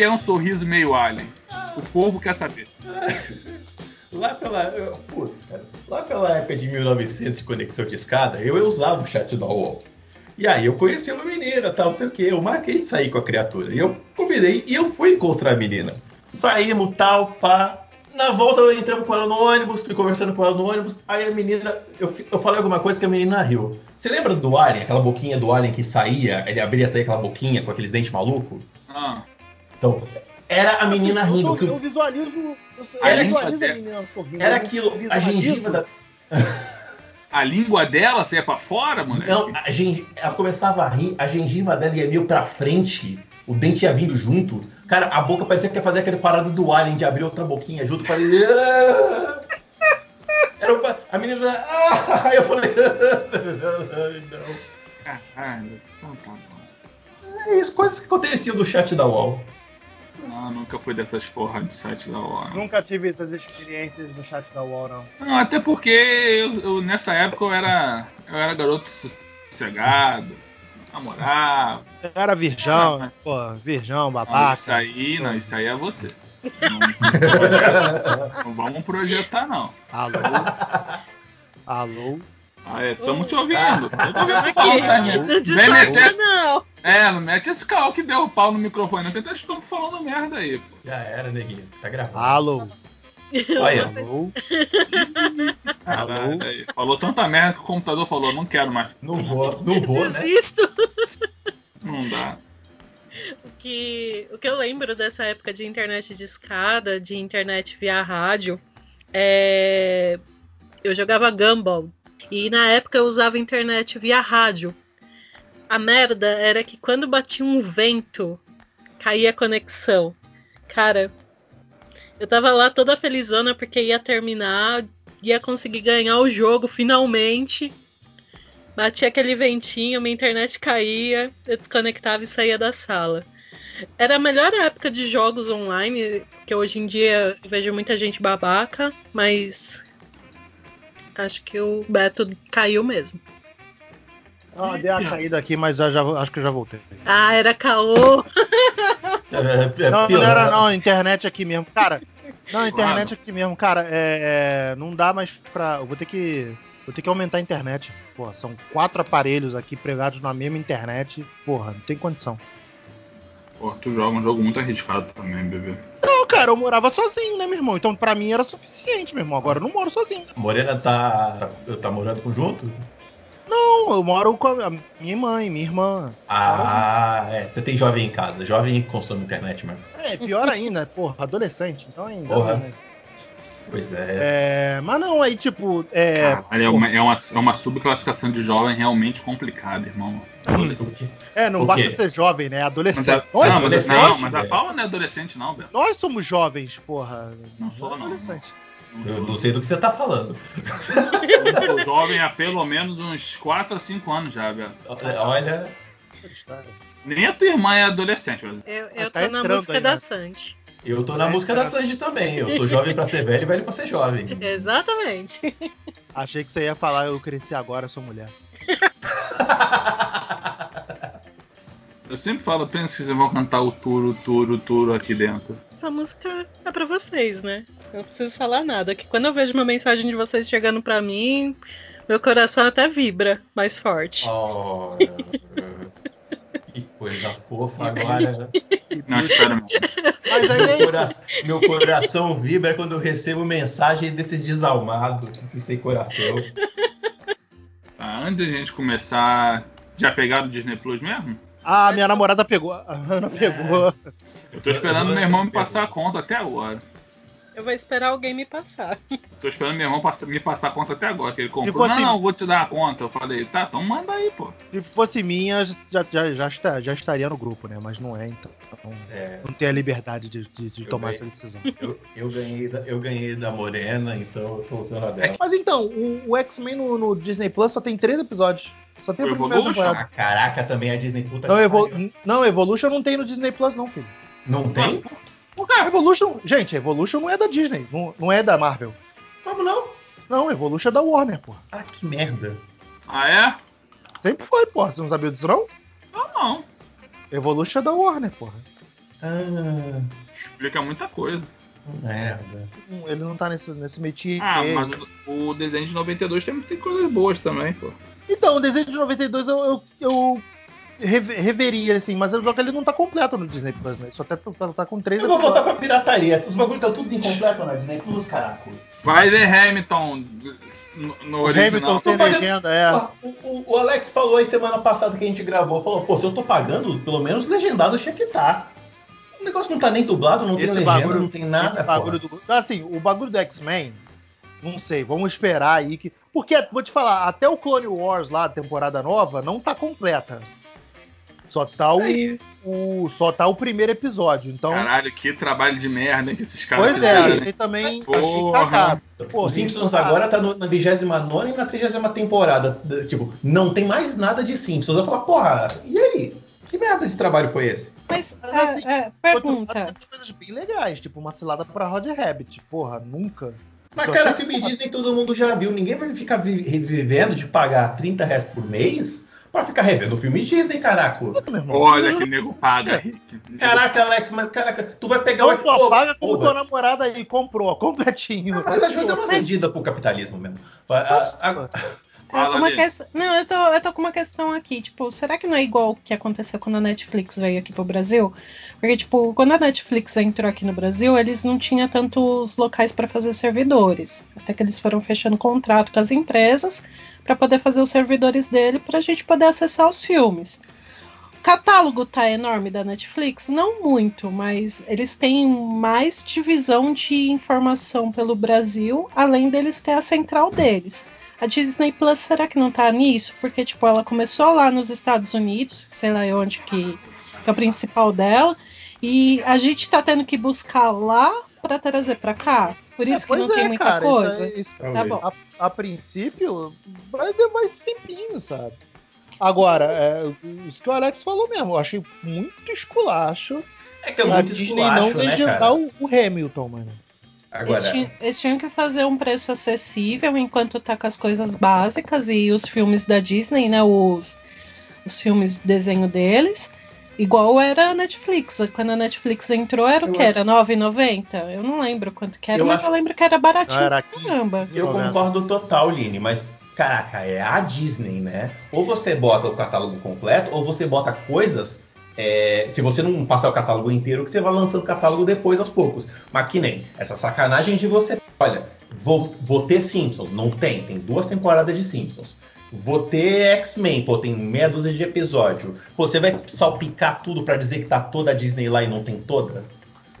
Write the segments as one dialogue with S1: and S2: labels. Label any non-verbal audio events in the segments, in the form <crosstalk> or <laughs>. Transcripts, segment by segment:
S1: é um sorriso meio alien. O povo quer saber.
S2: Lá pela. Putz, cara. Lá pela época de 1900 de conexão de escada, eu, eu usava o chat da UOL. E aí eu conheci uma menina, tal, não sei o que. Eu marquei de sair com a criatura. E eu combinei e eu fui encontrar a menina. Saímos, tal, pá. Na volta eu entramos com ela no ônibus, fui conversando com ela no ônibus. Aí a menina, eu, fi- eu falei alguma coisa que a menina riu. Você lembra do Alien, aquela boquinha do Alien que saía? Ele abria e saía aquela boquinha com aqueles dentes malucos?
S1: Ah,
S2: Então, era a menina rindo.
S3: Eu,
S2: que
S3: eu
S2: o-
S3: visualizo. Eu,
S1: A
S3: eu
S1: língua
S3: visualizo
S1: dela.
S3: a menina sorrindo.
S2: Era
S3: eu
S2: aquilo, a
S3: visualizo
S2: gengiva da,
S1: a língua dela saia pra fora, moleque?
S2: Não, a gen- ela começava a rir, a gengiva dela ia meio pra frente, o dente ia vindo junto. Cara, a boca parecia que ia fazer aquele parado do Alien de abrir outra boquinha junto. Falei. "Ah!" Era uma, a menina. "Ah!" Aí eu falei. "Ai, Não.
S1: Caralho, então tá bom.
S2: É isso, coisas que aconteciam no chat da UOL.
S1: Não, Ah, nunca fui dessas porra de site da hora.
S3: Nunca tive essas experiências no chat da UOL, não.
S1: Não, até porque eu, eu- nessa época eu era, eu era garoto sossegado, namorava.
S4: Era virgão,
S1: Ah,
S4: pô, virgão,
S1: Não,
S4: babaca.
S1: isso aí, não, isso aí é você. Não, não vamos projetar, não.
S4: Alô? Alô?
S1: Estamos Ah, é, te ouvindo. Eu tô ouvindo o pau, tá?
S5: Não
S1: Vem meter,
S5: desculpa, não.
S1: é, não mete esse cal que deu o pau no microfone. Não, que até estamos falando merda aí. pô.
S2: Já era, neguinho. Tá gravando.
S4: Alô?
S2: Olha,
S4: Alô?
S1: Caralho, aí. Falou tanta merda que o computador falou, não quero mais.
S2: não vou, não vou, né?
S5: Desisto.
S1: Não dá.
S5: O que, o que eu lembro dessa época de internet de escada, de internet via rádio, é... eu jogava Gumball. E na época eu usava internet via rádio. A merda era que quando batia um vento, caía a conexão. Cara, eu tava lá toda felizona porque ia terminar, ia conseguir ganhar o jogo finalmente. Batia aquele ventinho, minha internet caía, eu desconectava e saía da sala. Era a melhor época de jogos online, que hoje em dia eu vejo muita gente babaca, mas acho que o Beto caiu mesmo.
S4: Ah, dei a caída aqui, mas eu já- acho que eu já voltei.
S5: Ah, era caô!
S2: É, é, é,
S4: Não, não
S2: pior.
S4: era não, a internet aqui mesmo, cara. Não, a internet aqui mesmo, cara, é, é, não dá mais pra. Eu vou ter que. Vou ter que aumentar a internet. Pô, são quatro aparelhos aqui pregados na mesma internet. Porra, não tem condição.
S1: Pô, tu joga um jogo muito arriscado também, bebê.
S4: Não, cara, eu morava sozinho, né, meu irmão? Então pra mim era suficiente, meu irmão. Agora eu não moro sozinho.
S2: Morena tá. Tá morando junto?
S4: Não, eu moro com a minha mãe, minha irmã.
S2: Ah, é. Você tem jovem em casa. Jovem que consome internet, mano.
S4: É, pior ainda, porra, adolescente. Então ainda.
S2: Porra.
S4: né?
S2: Pois é.
S4: É, mas não, aí tipo, é,
S1: Caralho, é, uma, é, uma, é uma subclassificação de jovem realmente complicada, irmão.
S2: O quê?
S4: é não
S2: o
S4: basta
S2: quê?
S4: ser jovem, né? Adolescente.
S1: Mas a,
S4: Nós,
S1: não, mas, a- não,
S2: adolescente,
S1: mas a
S2: velho.
S1: Paula não é adolescente, não, Beto.
S4: nós somos jovens, porra.
S1: Não sou, não.
S4: Adolescente.
S1: Não
S2: Eu
S1: sou.
S2: não sei do que você tá falando.
S1: Eu sou jovem há pelo menos uns 4 a 5 anos já, Beto.
S2: Olha,
S1: Nem a tua irmã é adolescente, Beto.
S5: Eu,
S4: Ah,
S5: eu
S4: tá
S5: tô na
S4: entrando
S5: música
S4: aí,
S5: da
S4: né?
S5: Sandy.
S2: eu tô na música da Sandy também. Eu sou jovem pra ser velho e velho pra ser jovem.
S5: Exatamente.
S4: Achei que você ia falar, eu cresci agora, sou mulher.
S1: Eu sempre falo, penso que vocês vão cantar o turo, turo, turo aqui dentro.
S5: Essa música é pra vocês, né? Eu não preciso falar nada. Que quando eu vejo uma mensagem de vocês chegando pra mim, meu coração até vibra mais forte.
S2: Oh, que coisa fofa agora.
S1: Não, espera mesmo.
S4: Mas aí
S2: Meu,
S4: é
S2: cora- meu coração vibra quando eu recebo mensagem desses desalmados, desses sem coração.
S1: Tá, antes da gente começar, já pegaram o Disney Plus mesmo?
S4: Ah, minha namorada pegou. <laughs> A Ana
S1: É.
S4: pegou.
S1: Eu tô esperando meu irmão me passar a conta até agora.
S5: Eu vou esperar alguém me passar.
S1: Tô esperando meu irmão passa- me passar a conta até agora, que ele
S4: Tipo
S1: comprou.
S4: assim-
S1: não, não, vou te dar a conta. Eu falei, tá, então manda aí, pô.
S4: Se fosse minha, já, já, já, está- já estaria no grupo, né? Mas não é, então.
S2: É,
S4: Não tem a liberdade de, de- de
S2: Eu
S4: tomar
S2: bem.
S4: essa decisão.
S2: eu, eu ganhei, da- eu ganhei da Morena, então eu tô usando a dela.
S4: Mas então, o, o X-Men no, no Disney Plus só tem três episódios. Só tem
S1: O
S4: a primeira
S1: Evolution? Ah, tá.
S4: temporada.
S2: Ah, caraca, também a Disney puta
S4: Não,
S2: que
S4: Evo-
S2: pariu.
S4: não, Evolution não tem no Disney Plus, não, filho.
S2: Não tem?
S4: Pô, cara, Evolution. Gente, Evolution não é da Disney, não, não é da Marvel.
S2: Como não?
S4: Não, Evolution é da Warner, pô.
S2: Ah, que merda.
S1: Ah, é? Tá
S4: Sempre foi, porra. Você não sabia disso, não?
S1: Não, não.
S4: Evolution é da Warner, porra.
S2: Ah,
S1: Explica muita coisa.
S2: É. merda.
S4: Ele não tá nesse, nesse métier.
S1: Ah, mas o, o desenho de 92 tem, tem coisas boas também, pô.
S4: Então, o desenho de 92 eu, eu, eu reve- reveria, assim, mas o jogo ele não tá completo no Disney Plus, né? Só tá, tá, tá com três
S2: Eu vou voltar
S4: episódios.
S2: pra pirataria. Os bagulho tá tudo incompleto na Disney Plus, caraca.
S1: Vai ver Hamilton no, no
S4: O Hamilton
S1: original.
S4: tem
S2: Só pode-
S4: legenda, é.
S2: Ó, O, o- o Alex falou aí semana passada que a gente gravou, falou, pô, se eu tô pagando, pelo menos legendado tinha que tá. O negócio não tá nem dublado, não tem
S4: Esse
S2: legenda,
S4: bagulho-
S2: não tem
S1: É,
S4: Esse
S2: nada,
S4: né? bagulho
S2: pô.
S4: do, assim, o bagulho do X-Men, não sei, vamos esperar aí que. Porque, vou te falar, até o Clone Wars lá, a temporada nova, não tá completa. Só tá o,
S2: Aí.
S4: o- só tá o primeiro episódio. Então,
S1: Caralho, que trabalho de merda hein, que esses caras
S4: pois é,
S1: fizeram,
S2: aí.
S1: hein?
S4: achei também achei
S1: Porra.
S4: cagado. Pô,
S2: o Simpsons
S4: isso-
S2: agora tá no- na 29 e na 30 temporada. D- Tipo, não tem mais nada de Simpsons. Eu falo, porra, e aí? Que merda esse trabalho foi esse?
S5: Mas,
S4: Mas,
S5: ah,
S4: assim,
S5: ah,
S4: Outro lado,
S5: pergunta.
S4: tem coisas bem legais, tipo uma cilada pra Rod Rabbit. Porra, nunca.
S2: Mas,
S4: Eu
S2: cara,
S4: achei
S2: filme Disney todo mundo já viu. Ninguém vai ficar vi- revivendo de pagar 30 reais por mês pra ficar revendo o filme Disney, caraca.
S4: Meu irmão.
S1: Olha que nego paga,
S4: É.
S1: Rick.
S2: Caraca, Alex, mas caraca, tu vai pegar
S4: Não
S2: Pô,
S4: só paga como
S2: porra.
S4: tua namorada aí comprou, ó, completinho.
S2: Mas às vezes é uma medida pro capitalismo mesmo. A- a- a-
S5: Ah,
S1: Fala,
S5: uma
S1: Lê.
S5: ques- Não, eu tô, eu tô com uma questão aqui. Tipo, será que não é igual o que aconteceu quando a Netflix veio aqui pro Brasil? Porque, tipo, quando a Netflix entrou aqui no Brasil, eles não tinham tantos locais pra fazer servidores. Até que eles foram fechando contrato com as empresas pra poder fazer os servidores dele pra gente poder acessar os filmes. O catálogo tá enorme da Netflix? Não muito, mas eles têm mais divisão de informação pelo Brasil, além deles ter a central deles. A Disney Plus, será que não tá nisso? Porque, tipo, ela começou lá nos Estados Unidos, sei lá onde que, que é o principal dela, e a gente tá tendo que buscar lá pra trazer pra cá. Por isso que
S4: Pois
S5: não tem
S4: é,
S5: muita
S4: cara, isso
S5: coisa.
S4: é- isso-
S5: Tá bom.
S4: a, a princípio, vai levar esse tempinho, sabe? Agora, é, isso que o Alex falou mesmo, eu achei muito esculacho
S2: É que é
S4: a
S2: muito
S4: Disney não
S2: esculacho, né,
S4: legendar
S2: cara?
S4: o, o Hamilton, mano.
S5: Eles,
S2: Agora,
S5: tinham, eles tinham que fazer um preço acessível enquanto tá com as coisas básicas e os filmes da Disney, né? Os, os filmes de desenho deles. Igual era a Netflix. Quando a Netflix entrou, era o
S2: Eu
S5: que? Era R$ 9,90? Eu não lembro quanto que era,
S2: Eu
S5: mas
S2: acho-
S5: eu lembro que era baratinho.
S4: Não, era
S5: pra
S4: aqui.
S5: Caramba.
S2: eu concordo total, Lini, mas caraca, é a Disney, né? Ou você bota o catálogo completo, ou você bota coisas. é, se você não passar o catálogo inteiro, que você vai lançando o catálogo depois aos poucos. Mas que nem essa sacanagem de você. Olha, vou, vou ter Simpsons. Não tem, tem duas temporadas de Simpsons. Vou ter X-Men, pô, tem meia dúzia de episódio. Pô, Você vai salpicar tudo pra dizer que tá toda a Disney lá e não tem toda?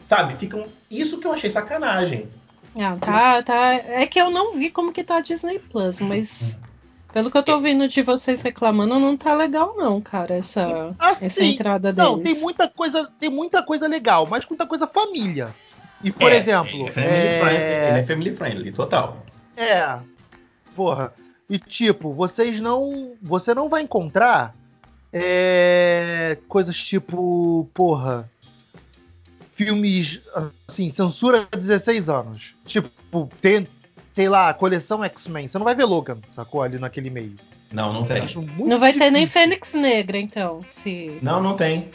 S2: Sabe? Fica um- Isso que eu achei sacanagem.
S4: Uhum.
S5: Ah, tá, tá. É que eu não vi como que tá a Disney Plus, mas pelo que eu
S4: É.
S5: tô ouvindo de vocês reclamando, não tá legal, não, cara, essa, essa
S4: Assim,
S5: entrada deles.
S4: não, tem muita coisa, tem muita coisa legal, mas muita coisa família. E por
S2: É,
S4: exemplo,
S2: Family friendly, ele é family friendly, total.
S4: É. Porra. E tipo, vocês não. Você não vai encontrar é, coisas tipo. Porra. Filmes, assim, censura 16 anos. Tipo, tem, sei lá, a coleção X-Men. Você não vai ver Logan, sacou? Ali naquele meio.
S2: Não, não tem.
S4: Acho muito
S5: Não vai ter nem
S4: difícil.
S5: Fênix Negra, então, se.
S2: Não, não tem.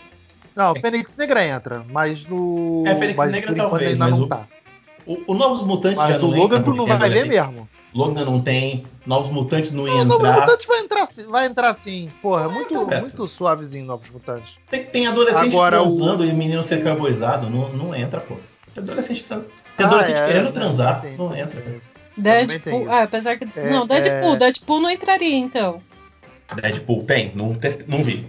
S4: Não, Fênix Negra entra, mas no.
S2: É, Fênix
S4: mas,
S2: Negra
S4: por enquanto,
S2: talvez,
S4: ainda
S2: mas
S4: não
S2: o-
S4: tá.
S2: O, o Novos Mutantes já
S4: Mas o
S2: não
S4: Logan
S2: entra,
S4: tu não
S2: porque é
S4: vai ver
S2: adolescente-
S4: mesmo.
S2: Logan não tem, Novos Mutantes não ia
S4: Não, Novos
S2: entrar.
S4: Mutantes vai entrar, sim- vai entrar sim. Porra, é muito,
S2: tá certo.
S4: muito suavezinho Novos Mutantes.
S2: Tem, tem adolescente
S4: Agora,
S2: transando e menino ser carboizado, não, não entra, pô. Tem adolescente, tran... tem
S4: Ah,
S2: adolescente
S4: é,
S2: querendo
S4: é,
S2: transar,
S4: tem.
S2: não entra. cara.
S4: Também tem
S5: Deadpool.
S4: isso.
S5: Ah, apesar que.
S4: É,
S5: não, Deadpool.
S4: é-
S5: Deadpool não entraria, então.
S2: Deadpool tem, não, test- não vi.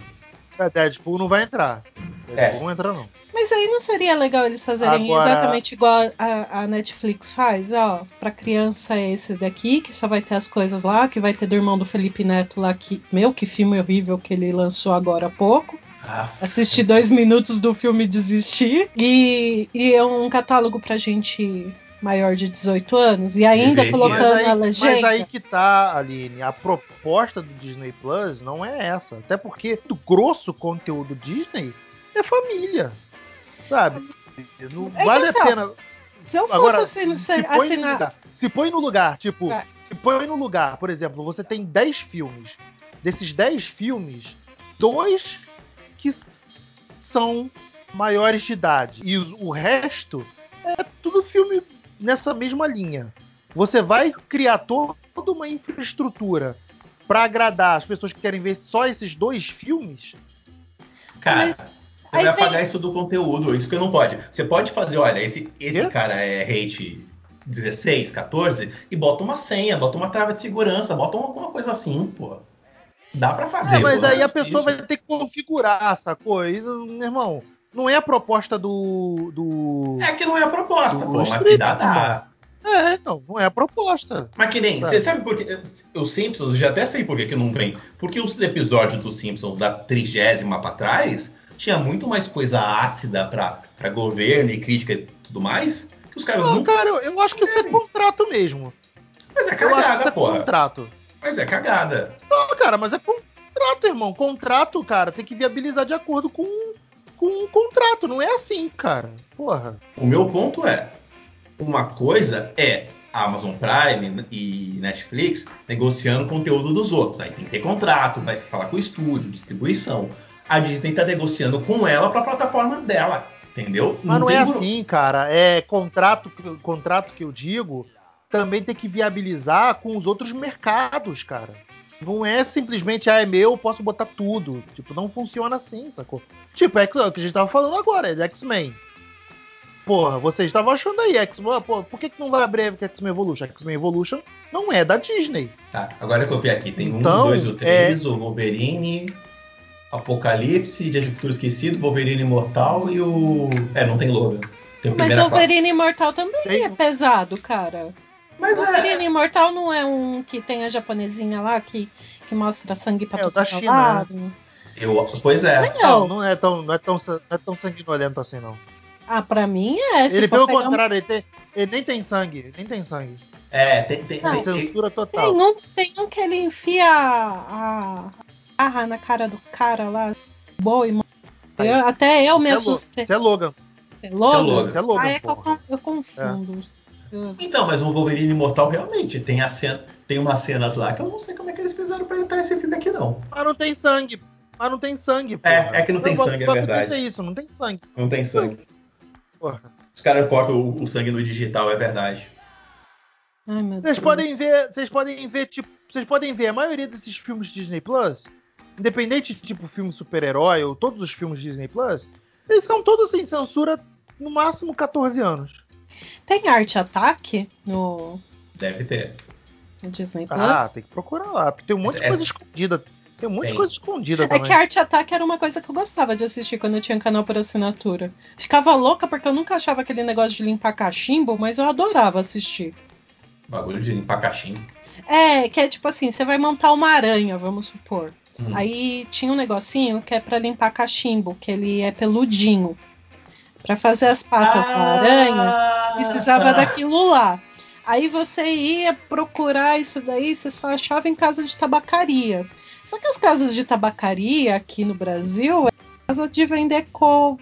S4: É, Deadpool não vai entrar. Deadpool
S2: É.
S4: não entra, não.
S5: Mas aí não seria legal eles fazerem
S4: Agora-
S5: exatamente igual a, a Netflix faz, ó. Pra criança é esses daqui, que só vai ter as coisas lá, que vai ter do irmão do Felipe Neto lá, que. Meu, que filme horrível que ele lançou agora há pouco.
S2: Ah,
S5: assistir dois minutos do filme e desistir. E, e é um catálogo pra gente maior de 18 anos. E ainda
S2: Deveria.
S4: Mas
S5: colocando
S4: aí,
S5: a
S4: mas
S5: legenda.
S4: aí que tá, Aline. A proposta do Disney Plus não é essa. Até porque o grosso conteúdo Disney é família. Sabe? Não
S5: É que
S4: vale a
S5: assim, ó,
S4: pena.
S5: se eu fosse assim
S4: Agora,
S5: assin-
S4: se, põe no
S5: assinar.
S4: lugar, se põe no lugar, tipo,
S5: Vai.
S4: se põe no lugar, por exemplo, você tem 10 filmes. Desses 10 filmes, dois que s- são maiores de idade. E o o resto é tudo filme nessa mesma linha. Você vai criar toda uma infraestrutura pra agradar as pessoas que querem ver só esses dois filmes?
S2: Cara,
S5: Mas
S2: você
S5: aí
S2: vai
S5: vem-
S2: apagar isso do conteúdo, isso que não pode. Você pode fazer, olha, esse, esse
S4: Quê?
S2: cara é hate 16, 14, e bota uma senha, bota uma trava de segurança, bota uma- alguma coisa assim, pô. Dá pra fazer.
S4: É, mas
S2: pô,
S4: aí
S2: é
S4: a pessoa
S2: difícil.
S4: vai ter que configurar, sacou? E, meu irmão, não é a proposta do. do...
S2: É que não é a proposta,
S4: O
S2: pô, mas
S4: streaming,
S2: que dá, dá.
S4: É, então, não é a proposta.
S2: Mas que nem,
S4: Tá.
S2: você sabe por que os Simpsons, eu já até sei por que que não vem. Porque os episódios dos Simpsons da trigésima pra trás tinha muito mais coisa ácida pra, pra governo e crítica e tudo mais, que os caras
S4: Não,
S2: nunca...
S4: cara, eu, eu acho que isso é contrato mesmo.
S2: Mas é
S4: Eu acho que isso é
S2: cagada, porra.
S4: contrato.
S2: Mas é cagada.
S4: Não, cara, mas é contrato, irmão. Contrato, cara, tem que viabilizar de acordo com com o contrato. Não é assim, cara. Porra.
S2: O meu ponto é: uma coisa é a Amazon Prime e Netflix negociando conteúdo dos outros. Aí tem que ter contrato, vai falar com o estúdio, distribuição. A Disney tá negociando com ela pra plataforma dela, entendeu?
S4: Mas não,
S2: tem
S4: é
S2: buro-
S4: assim, cara. É contrato, que- contrato que eu digo, também tem que viabilizar com os outros mercados, cara. Não é simplesmente, ah, é meu, posso botar tudo. Tipo, não funciona assim, sacou? Tipo, é que- é o que a gente tava falando agora, é de X-Men. Porra, vocês estavam achando aí, X-Men, pô, por que, que não vai abrir X-Men Evolution? X-Men Evolution não é da Disney.
S2: Tá, agora que eu vi aqui, tem um,
S4: Então,
S2: dois, o três, o Wolverine, Apocalipse, Dia de Futuro Esquecido, Wolverine Imortal e o. É, não tem Logan. Tem o
S5: Mas
S2: primeira fase.
S5: Wolverine Imortal também
S4: Tem- um-
S5: é pesado, cara.
S2: Mas é.
S5: Wolverine Imortal não é um que tem a japonesinha lá que, que mostra sangue pra
S4: É, o
S5: todo
S4: da China,
S5: lado?
S2: Eu... Pois é.
S5: Não.
S4: Não é tão, não é tão, san- não é tão sanguinolento assim, não.
S5: Ah, pra mim é. Se
S4: ele,
S5: for
S4: pelo
S5: pegar um-
S4: contrário, ele, tem- ele nem tem sangue, ele nem tem sangue.
S2: É, tem. tem,
S5: Não.
S4: É
S2: tem- tem-
S4: censura
S5: Tem
S4: total.
S5: um, tem um que ele enfia a a garra na cara do cara lá. Boa e.
S4: Aí.
S5: Eu- até eu me
S4: Isso é Lo-
S5: assustei.
S4: Isso é Logan.
S5: É
S2: Logan.
S5: Logan?
S4: Isso é Logan,
S5: Ah, é que eu,
S4: porra. É.
S5: con- eu confundo. Eu-
S2: Então, mas o Wolverine Imortal realmente tem, a cena, tem umas cenas lá que eu não sei como é que eles fizeram pra entrar esse filme aqui, não.
S4: Mas não tem sangue. Mas não tem sangue, porra.
S2: É, é que não tem sangue, é
S4: o que
S2: verdade.
S4: acontece isso, não tem sangue,
S2: Não tem sangue.
S4: porra.
S2: Os caras cortam o, o sangue no digital, é verdade.
S5: Ai, meu
S4: Vocês
S5: Deus.
S4: podem ver, vocês podem ver, tipo, vocês podem ver a maioria desses filmes Disney Plus, independente de tipo filme super-herói ou todos os filmes Disney Plus, eles são todos sem censura no máximo 14 anos.
S5: Tem arte ataque no,
S2: Deve ter.
S5: no Disney Plus?
S4: Ah, tem que procurar lá, porque tem um monte de
S2: Essa-
S4: coisa escondida. Tem um monte
S2: Tem.
S4: de coisa escondida
S5: É
S4: também.
S5: que arte ataque era uma coisa que eu gostava de assistir quando eu tinha canal por assinatura. Ficava louca porque eu nunca achava aquele negócio de limpar cachimbo, mas eu adorava assistir.
S2: Bagulho de limpar caixinha.
S5: É, que é tipo assim, você vai montar uma aranha, vamos supor.
S2: Hum.
S5: Aí tinha um negocinho que é pra limpar cachimbo, que ele é peludinho. Pra fazer as patas da
S2: Ah,
S5: aranha, precisava
S2: tá.
S5: daquilo lá. Aí você ia procurar isso daí, você só achava em casa de tabacaria. Só que as casas de tabacaria aqui no Brasil é casa de vender cor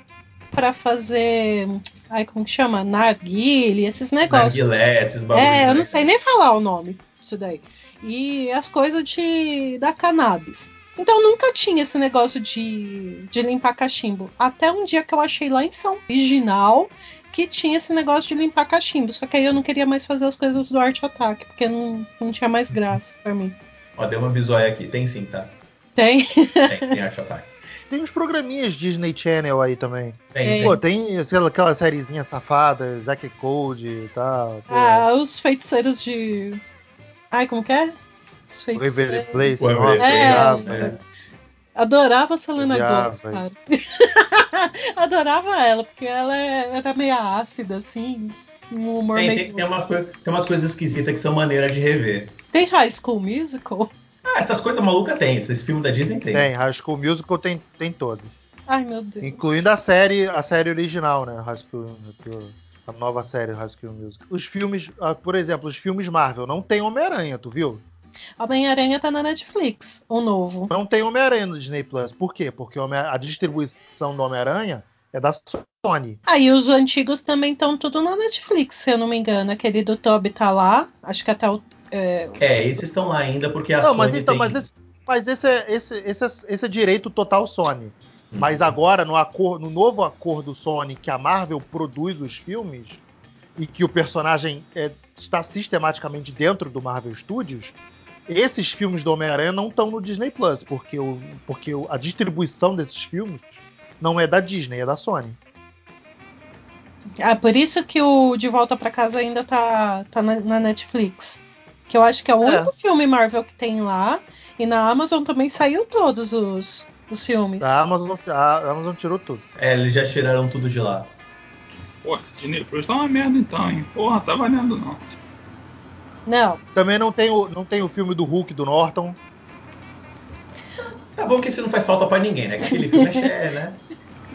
S5: pra fazer. Ai, como que chama? Narguile, esses negócios.
S2: Narguilé, esses bagulhos.
S5: É,
S2: né?
S5: eu não sei nem falar o nome disso daí. E as coisas de da cannabis. Então nunca tinha esse negócio de, de limpar cachimbo. Até um dia que eu achei lá em São Original que tinha esse negócio de limpar cachimbo. Só que aí eu não queria mais fazer as coisas do arte ataque, porque não, não tinha mais graça pra mim.
S2: Ó, deu uma bisoia aqui. Tem sim, tá?
S5: Tem?
S2: Tem, tem arte ataque.
S4: Tem uns programinhas Disney Channel aí também.
S2: Tem,
S5: Tem.
S2: tem.
S4: Pô, tem sei lá, aquela sériezinha safada, Zack Code e tal. pô,
S5: Ah, os feiticeiros de. Ai, como que é? Os
S4: Waverly
S5: feiticeiros.
S4: Place.
S2: Waverly
S4: nossa,
S5: Place,
S4: odiava,
S2: é.
S4: velho.
S5: Adorava a Selena
S4: Odiava,
S5: Gomez, cara. <laughs> Adorava ela, porque ela é- era meio ácida, assim. Um humor
S2: Tem,
S5: meio.
S2: tem, tem, uma coi- tem umas coisas esquisitas que são maneiras de rever.
S5: Tem High School Musical? <laughs>
S2: Ah, essas coisas malucas tem. Esses filmes da Disney tem.
S4: Tem, High School Musical tem, tem todos.
S5: Ai, meu Deus.
S4: Incluindo a série, a série original, né? High School, a nova série High School Musical. Os filmes, ah, por exemplo, os filmes Marvel, não tem Homem-Aranha, tu viu?
S5: Homem-Aranha tá na Netflix, o novo.
S4: Não tem Homem-Aranha no Disney Plus. Por quê? Porque o Homem- a distribuição do Homem-Aranha é da Sony.
S5: Aí os antigos também estão tudo na Netflix, se eu não me engano. Aquele do Toby tá lá. Acho que até o. é,
S2: É, esses estão lá ainda porque É a
S4: não,
S2: Sony
S4: mas então,
S2: tem
S4: mas
S2: que-
S4: esse, mas esse é esse, esse, é- esse é direito total Sony. Mas
S1: Uhum.
S4: agora, no, acor- no novo acordo Sony, que a Marvel produz os filmes e que o personagem é, está sistematicamente dentro do Marvel Studios, esses filmes do Homem-Aranha não estão no Disney Plus, porque, o, porque o- a distribuição desses filmes não é da Disney, é da Sony.
S5: Ah, por isso que o De Volta pra Casa ainda tá, tá na, na Netflix. Que eu acho que é o
S4: É.
S5: único filme Marvel que tem lá. E na Amazon também saiu todos os, os filmes.
S4: A Amazon, a Amazon tirou tudo.
S2: É, eles já tiraram tudo de lá.
S1: Pô, esse Disney Plus tá uma merda então, hein? Porra, tá valendo não.
S5: Não.
S4: Também não tem o, não tem o filme do Hulk do Norton.
S2: Tá bom que isso não faz falta pra ninguém, né? Que aquele filme é cheio, né?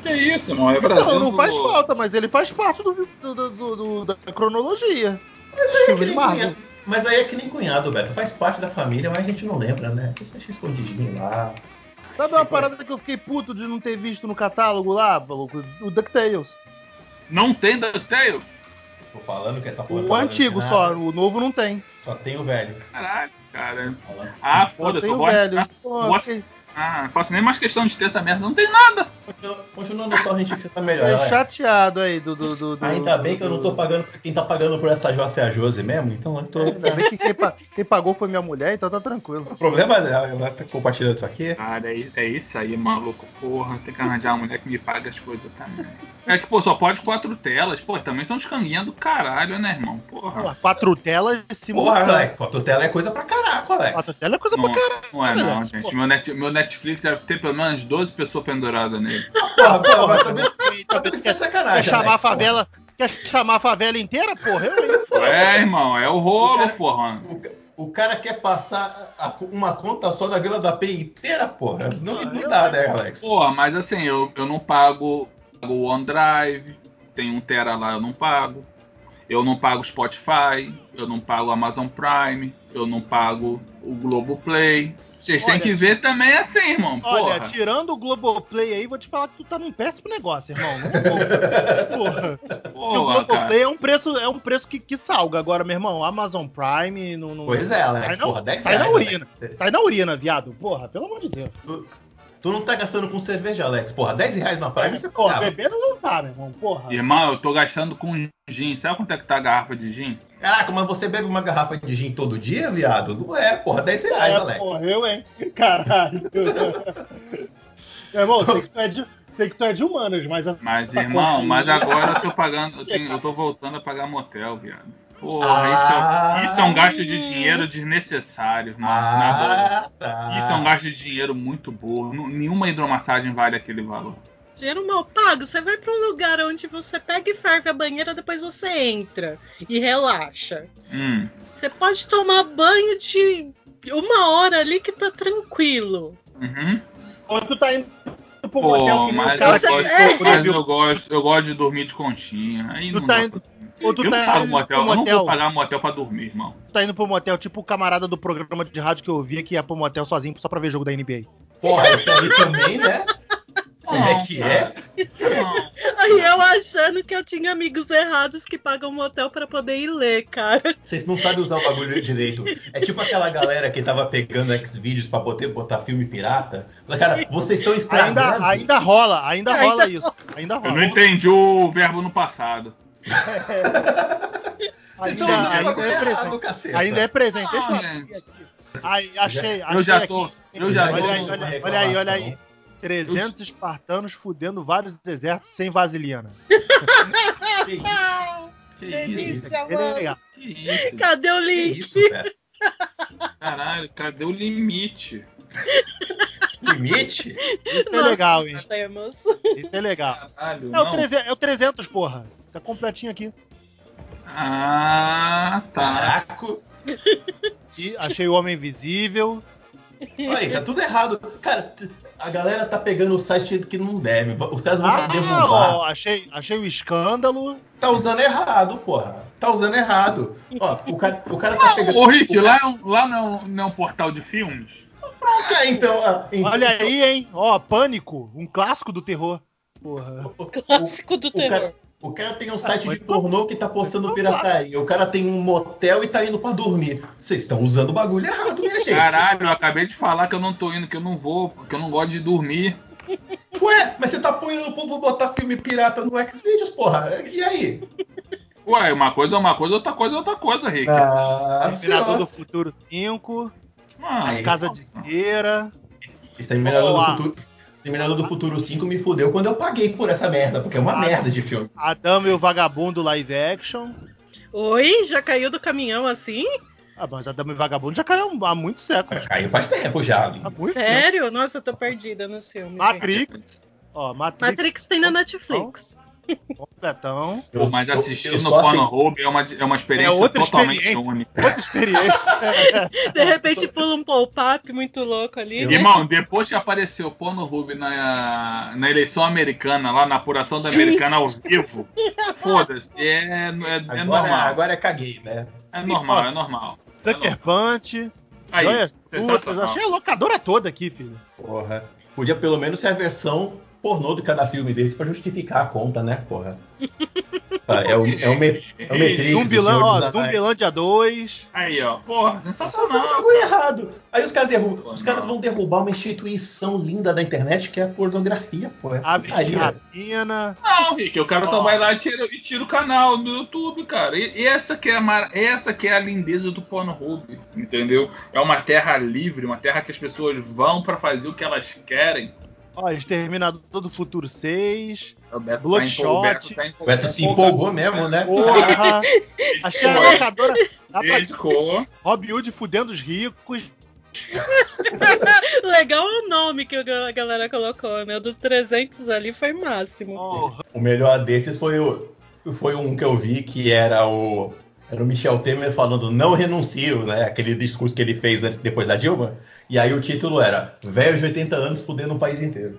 S1: Que isso, não? É Brasil.
S4: Então, não faz
S1: do-
S4: falta, mas ele faz parte do, do- do- do- da cronologia.
S2: Mas aí é que
S4: <laughs> Filme
S2: nem
S4: Marvel.
S2: cunhado. Mas aí é que nem cunhado, Beto. Faz parte da família, mas a gente não lembra, né? A gente deixa escondidinho lá.
S4: Sabe uma parada que eu fiquei puto de não ter visto no catálogo lá, maluco? O DuckTales.
S1: Não tem DuckTales?
S2: Tô falando que essa porra
S4: O
S2: tá valendo
S4: antigo
S2: nada.
S4: só, o novo não tem.
S2: Só tem o velho.
S1: Caralho, cara.
S2: Falando.
S1: Ah,
S4: Só
S1: foda-se,
S4: tem
S1: eu
S4: o
S1: gosto.
S4: velho.
S1: Ah,
S4: Pô,
S1: gosto.
S4: fiquei-
S1: Ah, faço nem mais questão de ter essa merda. Não tem nada.
S2: Continua- Continua no torrent que você tá melhor.
S4: fiquei
S2: Alex.
S4: chateado aí do. do, do, do-
S2: Ainda bem que eu não tô pagando. Quem tá pagando por essa Jossa é a Josi mesmo, então eu tô.
S4: Ainda bem que quem, pa- quem pagou foi minha mulher, então tá tranquilo.
S2: O problema dela, ela tá compartilhando isso aqui.
S1: Cara, é, é isso aí, maluco. Porra, tem que arranjar uma mulher que me paga as coisas também. É que, pô, só pode quatro telas. Pô, também são escaminhando do caralho, né, irmão? Porra.
S4: Porra, Quatro telas
S2: Porra,
S4: simultâneas.
S2: Alex, a tutela é coisa pra caraca,
S4: Quatro
S2: Alex.
S4: telas é coisa
S1: Não,
S4: pra caralho. né?
S1: não é não,
S4: Alex,
S1: gente.
S4: porra.
S1: Meu, Net- meu Netflix deve ter pelo menos 12 pessoas penduradas nele.
S4: Ah,
S2: Porra, porra, mas também
S4: Quer-
S2: também tá de
S4: Quer
S2: sacanagem.
S4: chamar a
S2: Alex, porra.
S4: favela. Quer chamar a favela inteira? Porra, eu, hein?
S1: É, irmão, é o
S2: O
S1: rolo,
S2: cara-
S1: porra.
S2: O ca- O cara quer passar a- uma conta só da Vila da Penha inteira, porra. Não,
S1: é
S2: não dá, né, Alex?
S1: Porra, mas assim, eu, eu não pago, pago o OneDrive, tem um Tera lá, eu não pago. Eu não pago Spotify, eu não pago Amazon Prime, eu não pago o Globoplay. Vocês têm
S4: Olha-
S1: que ver também assim, irmão.
S4: Olha, tipo,
S1: porra.
S4: tirando o Globoplay aí, vou te falar que tu tá num péssimo negócio, irmão. Não, porra. Porque o
S1: Porra, cara.
S4: Globoplay é um preço, é um preço que, que salga agora, meu irmão. Amazon Prime, não. não-
S2: Pois é, Alex,
S4: Sai na-
S2: porra, 10
S4: sai na
S2: reais. né?
S1: né?
S4: urina.
S2: Alex.
S4: Sai na urina, viado. Porra, pelo amor de Deus.
S2: Tu não tá gastando com cerveja, Alex. Porra, 10 reais na Prime você
S4: Porra,
S2: pagava.
S4: bebendo não tá, meu irmão. Porra.
S1: Irmão, eu tô gastando com gin. Sabe quanto é que tá a garrafa de gin?
S2: Caraca, mas você bebe uma garrafa de gin todo dia, viado? Não é, porra, 10 reais,
S4: É,
S2: Alex.
S4: porra, eu, hein?
S2: <laughs>
S4: Caralho. meu irmão, sei que tu é de, sei que tu é de humanas, mas. essa
S1: Mas,
S4: conta
S1: irmão,
S4: aí-
S1: mas agora eu tô pagando. Eu, tenho- eu tô voltando a pagar motel, viado. Porra,
S2: Ah.
S1: isso, é, isso é um gasto de dinheiro desnecessário, irmão. na boa.
S2: Ah, tá.
S1: Isso é um gasto de dinheiro muito burro. Nu- Nenhuma hidromassagem vale aquele valor.
S6: Dinheiro mal pago, você vai pra um lugar onde você pega e ferve a banheira, depois você entra e relaxa.
S1: Hum.
S6: Você pode tomar banho de uma hora ali que tá tranquilo.
S1: Uhum.
S4: Ou tu tá indo pro motel
S1: Pô,
S4: que nem o
S1: mas,
S4: cara tá
S1: eu
S4: que
S1: gosto,
S6: é.
S1: mas eu gosto, eu gosto de dormir de continha. Aí
S4: Tu
S1: não
S4: tá
S1: dá
S4: indo-
S1: pra-
S4: Ou tu
S1: eu
S4: tá
S1: não pago
S4: indo
S1: motel,
S4: pro
S1: eu não
S4: motel.
S1: vou pagar motel pra dormir, irmão.
S4: Tu tá indo pro motel, tipo o camarada do programa de rádio que eu via que ia pro motel sozinho só pra ver jogo da NBA.
S2: Porra, isso aí também, né? Como é que é?
S1: Não,
S6: Aí eu achando que eu tinha amigos errados que pagam motel pra poder ir ler, cara.
S2: Vocês não sabem usar o bagulho direito. É tipo aquela galera que tava pegando X-Vídeos pra poder botar filme pirata. Fala, Cara, vocês estão estragando.
S4: Ainda, ainda rola, ainda
S6: Ainda
S4: rola isso. Ainda
S1: Eu não
S4: rola.
S1: entendi o verbo no passado.
S2: Vocês
S4: Ainda,
S2: estão usando o
S4: ainda
S2: bagulho
S4: é presente.
S2: errado, caceta.
S4: Ainda é presente. Deixa eu
S1: Não,
S4: abrir aqui. Aí, achei, achei.
S1: Eu já tô.
S4: aqui.
S1: Eu já
S4: Olha aí,
S1: tô.
S4: olha, olha aí, olha aí. 300 espartanos fudendo vários desertos sem vaselina.
S2: Que isso,
S5: Ah.
S1: Que isso?
S6: Delícia,
S4: Ele é
S6: mano.
S4: legal.
S1: Que isso?
S6: Cadê o
S2: que
S6: link?
S2: isso, velho?
S1: Caralho, cadê o limite?
S2: Limite?
S4: Isso é
S6: Nossa.
S4: legal, hein?
S6: Temos.
S4: Isso é legal.
S1: Caralho,
S4: É o,
S1: não.
S4: 300, é o 300, porra. Tá completinho aqui.
S1: Ah, tá.
S2: Caraca.
S4: E achei o Homem Invisível.
S2: Olha aí, tá tudo errado. Cara, t- a galera tá pegando o site que não deve. Os caras vão
S4: Ah,
S2: pra derrubar.
S4: ó, achei, achei o escândalo.
S2: Tá usando errado, porra. Tá usando errado. Ó, o cara, o cara tá pegando.
S1: Ô, Rick,
S2: o cara-
S1: lá, é um- lá não, é um, não é um portal de filmes?
S2: Ah, então. ah, então-
S4: Olha aí, hein? Ó, Pânico, um clássico do terror. Porra.
S2: O,
S6: <laughs> Clássico do
S2: o cara,
S6: terror.
S2: o cara tem um site
S4: mas-
S2: de pornô que tá postando
S4: mas-
S2: pirataria. O cara tem um motel e tá indo pra dormir. Vocês estão usando o bagulho errado, minha gente.
S1: Caralho, eu acabei de falar que eu não tô indo, que eu não vou, que eu não gosto de dormir.
S2: Ué, mas você tá apoiando o povo botar filme pirata no Xvideos, porra. E aí?
S1: Ué, uma coisa é uma coisa, outra coisa é outra coisa, Rick.
S4: <laughs>
S2: Ah, É.
S4: Exterminador
S2: senhora.
S4: do Futuro 5,
S1: Ah,
S2: Aí,
S4: Casa de Cera.
S2: Exterminador do
S4: Olá.
S2: Futuro. Exterminador do Futuro 5 me fudeu quando eu paguei por essa merda, porque é uma
S4: Ah.
S2: merda de filme.
S4: A Dama e o Vagabundo live action.
S6: Oi, já caiu do caminhão assim?
S4: Ah, mas a Dama e o Vagabundo já caiu há muitos séculos.
S2: Caiu faz tempo já.
S4: Há
S2: Lin.
S4: muito tempo.
S6: Sério? Nossa, eu tô perdida nos filmes. gente.
S4: Matrix. Ó, Matrix,
S6: Matrix tem na Netflix.
S4: completão.
S1: Pô, mas assistir
S2: Eu
S1: no
S2: só assisti-
S1: Pornhub é uma, é uma experiência
S4: É outra
S1: totalmente
S4: experiência.
S1: única.
S4: Outra
S2: <laughs>
S4: experiência. Então,
S6: De repente pula um pop-up muito louco ali. né?
S1: Irmão, depois que apareceu o Pornhub na, na eleição americana, lá na apuração da
S6: Gente.
S1: americana ao vivo,
S4: um
S1: foda-se, é, é, é
S2: Agora,
S1: normal.
S2: agora caguei, né?
S1: É normal, é normal.
S2: é
S4: Sucker Punch.
S1: Aí,
S4: Joias
S2: tá
S4: Putas.
S1: sensacional.
S4: Achei a locadora toda aqui, filho.
S2: Porra. Podia pelo menos ser a versão pornô de cada filme desse pra justificar a conta, né,
S4: <laughs>
S2: porra? Tá, é o, é o, me- é o Matrix. do
S4: Zumbilan,
S2: Senhor
S4: ó,
S2: dos Anéis.
S4: Zumbilândia 2.
S1: Aí, ó. Porra,
S2: Tá fazendo
S1: sensacional.
S2: bagulho errado. Aí os caras derrubam.
S1: Pô,
S2: Os caras
S1: não.
S2: vão derrubar uma instituição linda da internet que é a pornografia, pô. É
S4: Abre de
S2: putaria.
S4: rapina.
S1: Não, Rick, o cara só
S4: Ó.
S1: vai lá e tira, e tira o canal do YouTube, cara. E, e essa, que é a mar- essa que é a lindeza do Pornhub, entendeu? É uma terra livre, uma terra que as pessoas vão pra fazer o que elas querem.
S4: Ó, Exterminador do Futuro 6.
S1: O Beto tá
S4: Bloodshot.
S1: empol- o Beto tá
S2: O
S1: empol-
S2: Beto se empolgou mesmo,
S4: É
S2: né?
S4: Porra!
S2: <laughs>
S4: Achei a locadora. Dá pra
S1: Dedicou.
S4: Robin Hood fudendo os ricos.
S6: <laughs> Legal é o nome que a galera colocou, né? O do 300 ali foi máximo.
S4: Ó,
S2: O melhor desses foi, o, foi um que eu vi que era o. Era o Michel Temer falando não renuncio, né? Aquele discurso que ele fez antes, depois da Dilma. E aí o título era Velho de 80 anos fudendo o país inteiro.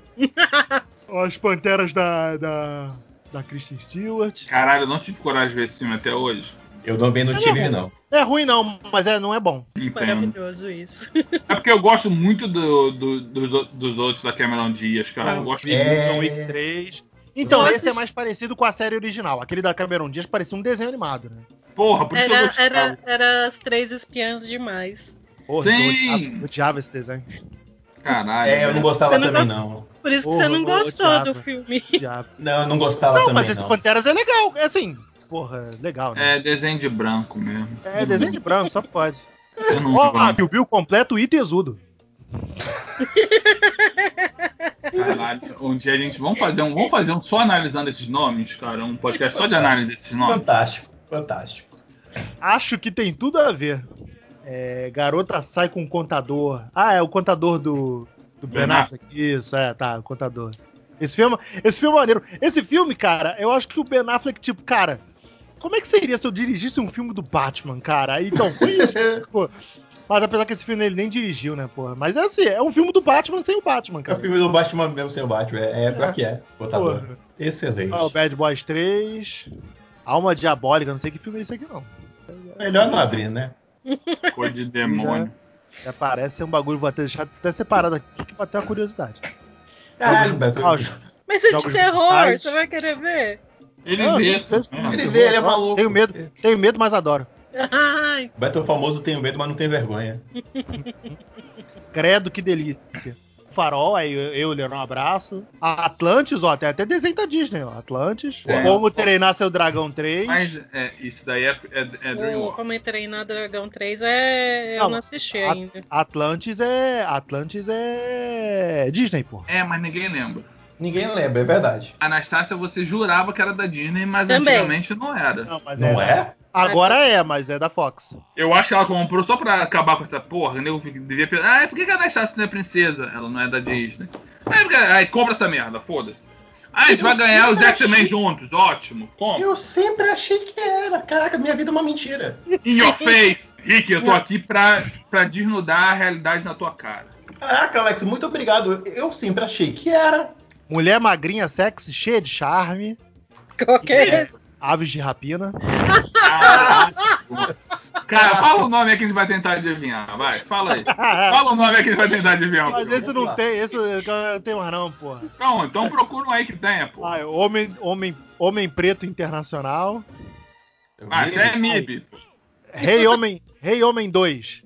S4: ó, as panteras da. da. da Kristen Stewart.
S1: Caralho, eu não tive coragem de ver esse filme até hoje.
S2: Eu também não
S4: Ele é
S2: tive,
S4: ruim.
S2: não.
S4: É ruim não, mas é, não é bom.
S1: Entendo.
S6: Maravilhoso isso.
S1: É porque eu gosto muito do, do- dos- dos outros da Cameron Diaz, cara. Eu gosto muito.
S2: É.
S4: 3. Então,
S6: Nossa,
S4: esse é
S6: isso-
S4: mais parecido com a série original. Aquele da Cameron Diaz parecia um desenho animado, né?
S1: Porra, por isso que eu
S6: Era,
S1: gostava.
S6: era, era as três espiãs demais.
S4: Porra, eu
S1: Sim.
S4: odiava- eu odiava esse desenho.
S1: Caralho.
S2: É, eu não gostava
S6: Eu não
S2: também,
S6: gosto-
S2: não.
S6: Por isso que
S4: Porra,
S6: você não
S4: eu
S6: gostou
S4: odiava.
S6: do filme.
S4: Odiava.
S2: Não, eu não gostava
S4: Não, mas
S2: também,
S4: esse
S2: não.
S4: Panteras é legal. É assim, porra, legal, né?
S1: É desenho de branco mesmo.
S4: É, desenho de branco, só pode.
S1: Eu não
S4: Ó,
S1: gosto.
S4: Kill Bill completo e tesudo.
S1: Caralho, um dia a gente vamos fazer um, vamos fazer um só analisando esses nomes, cara, um podcast só de análise desses nomes.
S2: Fantástico, fantástico.
S4: Acho que tem tudo a ver. É, garota sai com o contador. Ah, é o contador do, do Ben
S1: Bernardo.
S4: Affleck. Isso, é, tá, o contador. Esse filme, esse filme é maneiro. Esse filme, cara, eu acho que o Ben Affleck, tipo, cara, como é que seria se eu dirigisse um filme do Batman, cara? Então, foi
S2: <laughs>
S4: isso. pô. Mas apesar que esse filme ele nem dirigiu, né, porra? Mas é assim, é um filme do Batman sem o Batman,
S2: É o
S4: cara.
S2: filme do Batman mesmo sem o Batman. É, é pior que é. Botador.
S4: Porra.
S2: Excelente.
S4: Ó, o Bad Boys 3, Alma Diabólica, não sei que filme é esse aqui não.
S2: Melhor não abrir, né?
S1: Cor de demônio.
S4: Já parece ser um bagulho, vou até deixar até separado aqui que bateu a curiosidade. é
S2: Caralho, Beto.
S4: Ó, os-
S6: Mas é de
S4: Jogos
S6: terror,
S4: Mortais.
S6: você vai querer ver? <laughs>
S1: Ele
S4: Ah,
S1: vê.
S4: não sei se-
S1: né?
S2: Ele vê, ele é maluco.
S4: Tenho medo, tenho medo, mas adoro.
S6: Ai,
S2: Beto é o famoso tenho medo, mas não tem vergonha.
S4: Credo, que delícia. Farol, aí eu, eu Leonor, um abraço. A Atlantis, ó, tem até desenho da Disney, ó. Atlantis.
S1: É.
S4: Como Treinar Seu Dragão 3.
S1: Mas é, isso daí é, é, é
S6: o
S1: Dreamwalk.
S6: Como Entrei na Dragão 3 é. Eu
S4: Não,
S6: não assisti
S4: a-
S6: ainda. <laughs>
S4: Atlantis é. Atlantis é. Disney, pô.
S1: É, mas ninguém lembra.
S2: Ninguém lembra, é verdade.
S1: Anastácia, você jurava que era da Disney, mas
S6: Também.
S1: antigamente não era.
S4: Não, mas
S2: Não é?
S4: Agora é, mas é da Fox.
S1: Eu acho que ela comprou só pra acabar com essa porra, né? Eu devia pensar, ah, por que que a Anastácia não é princesa? Ela não é da Disney. Aí, cara, aí compra essa merda, foda-se. Ah, a gente
S2: Eu
S1: vai ganhar os
S2: sempre
S1: X-Men
S2: achei-
S1: juntos, ótimo, compra.
S2: Eu sempre achei que era. Caraca, minha vida é uma mentira.
S1: In <laughs> your face! Rick, eu tô aqui pra, pra desnudar a realidade na tua <laughs> cara.
S2: Caraca, Alex, muito obrigado. Eu sempre achei que era.
S4: Mulher magrinha, sexy, cheia de charme.
S6: Qual que é esse?
S4: Aves de rapina.
S1: Caraca. Cara, fala o nome aí que a gente vai tentar adivinhar, vai, fala aí. Fala o nome aí que a gente vai tentar adivinhar.
S4: Ah, é. Mas
S1: Bruno.
S4: esse não tem, esse um não tem mais não, porra.
S1: Então, então procura um aí que tenha, pô.
S4: Ah, homem, homem, homem Preto Internacional.
S1: Ah, isso é MIB. pô.
S4: Rei Homem, Rei Homem 2.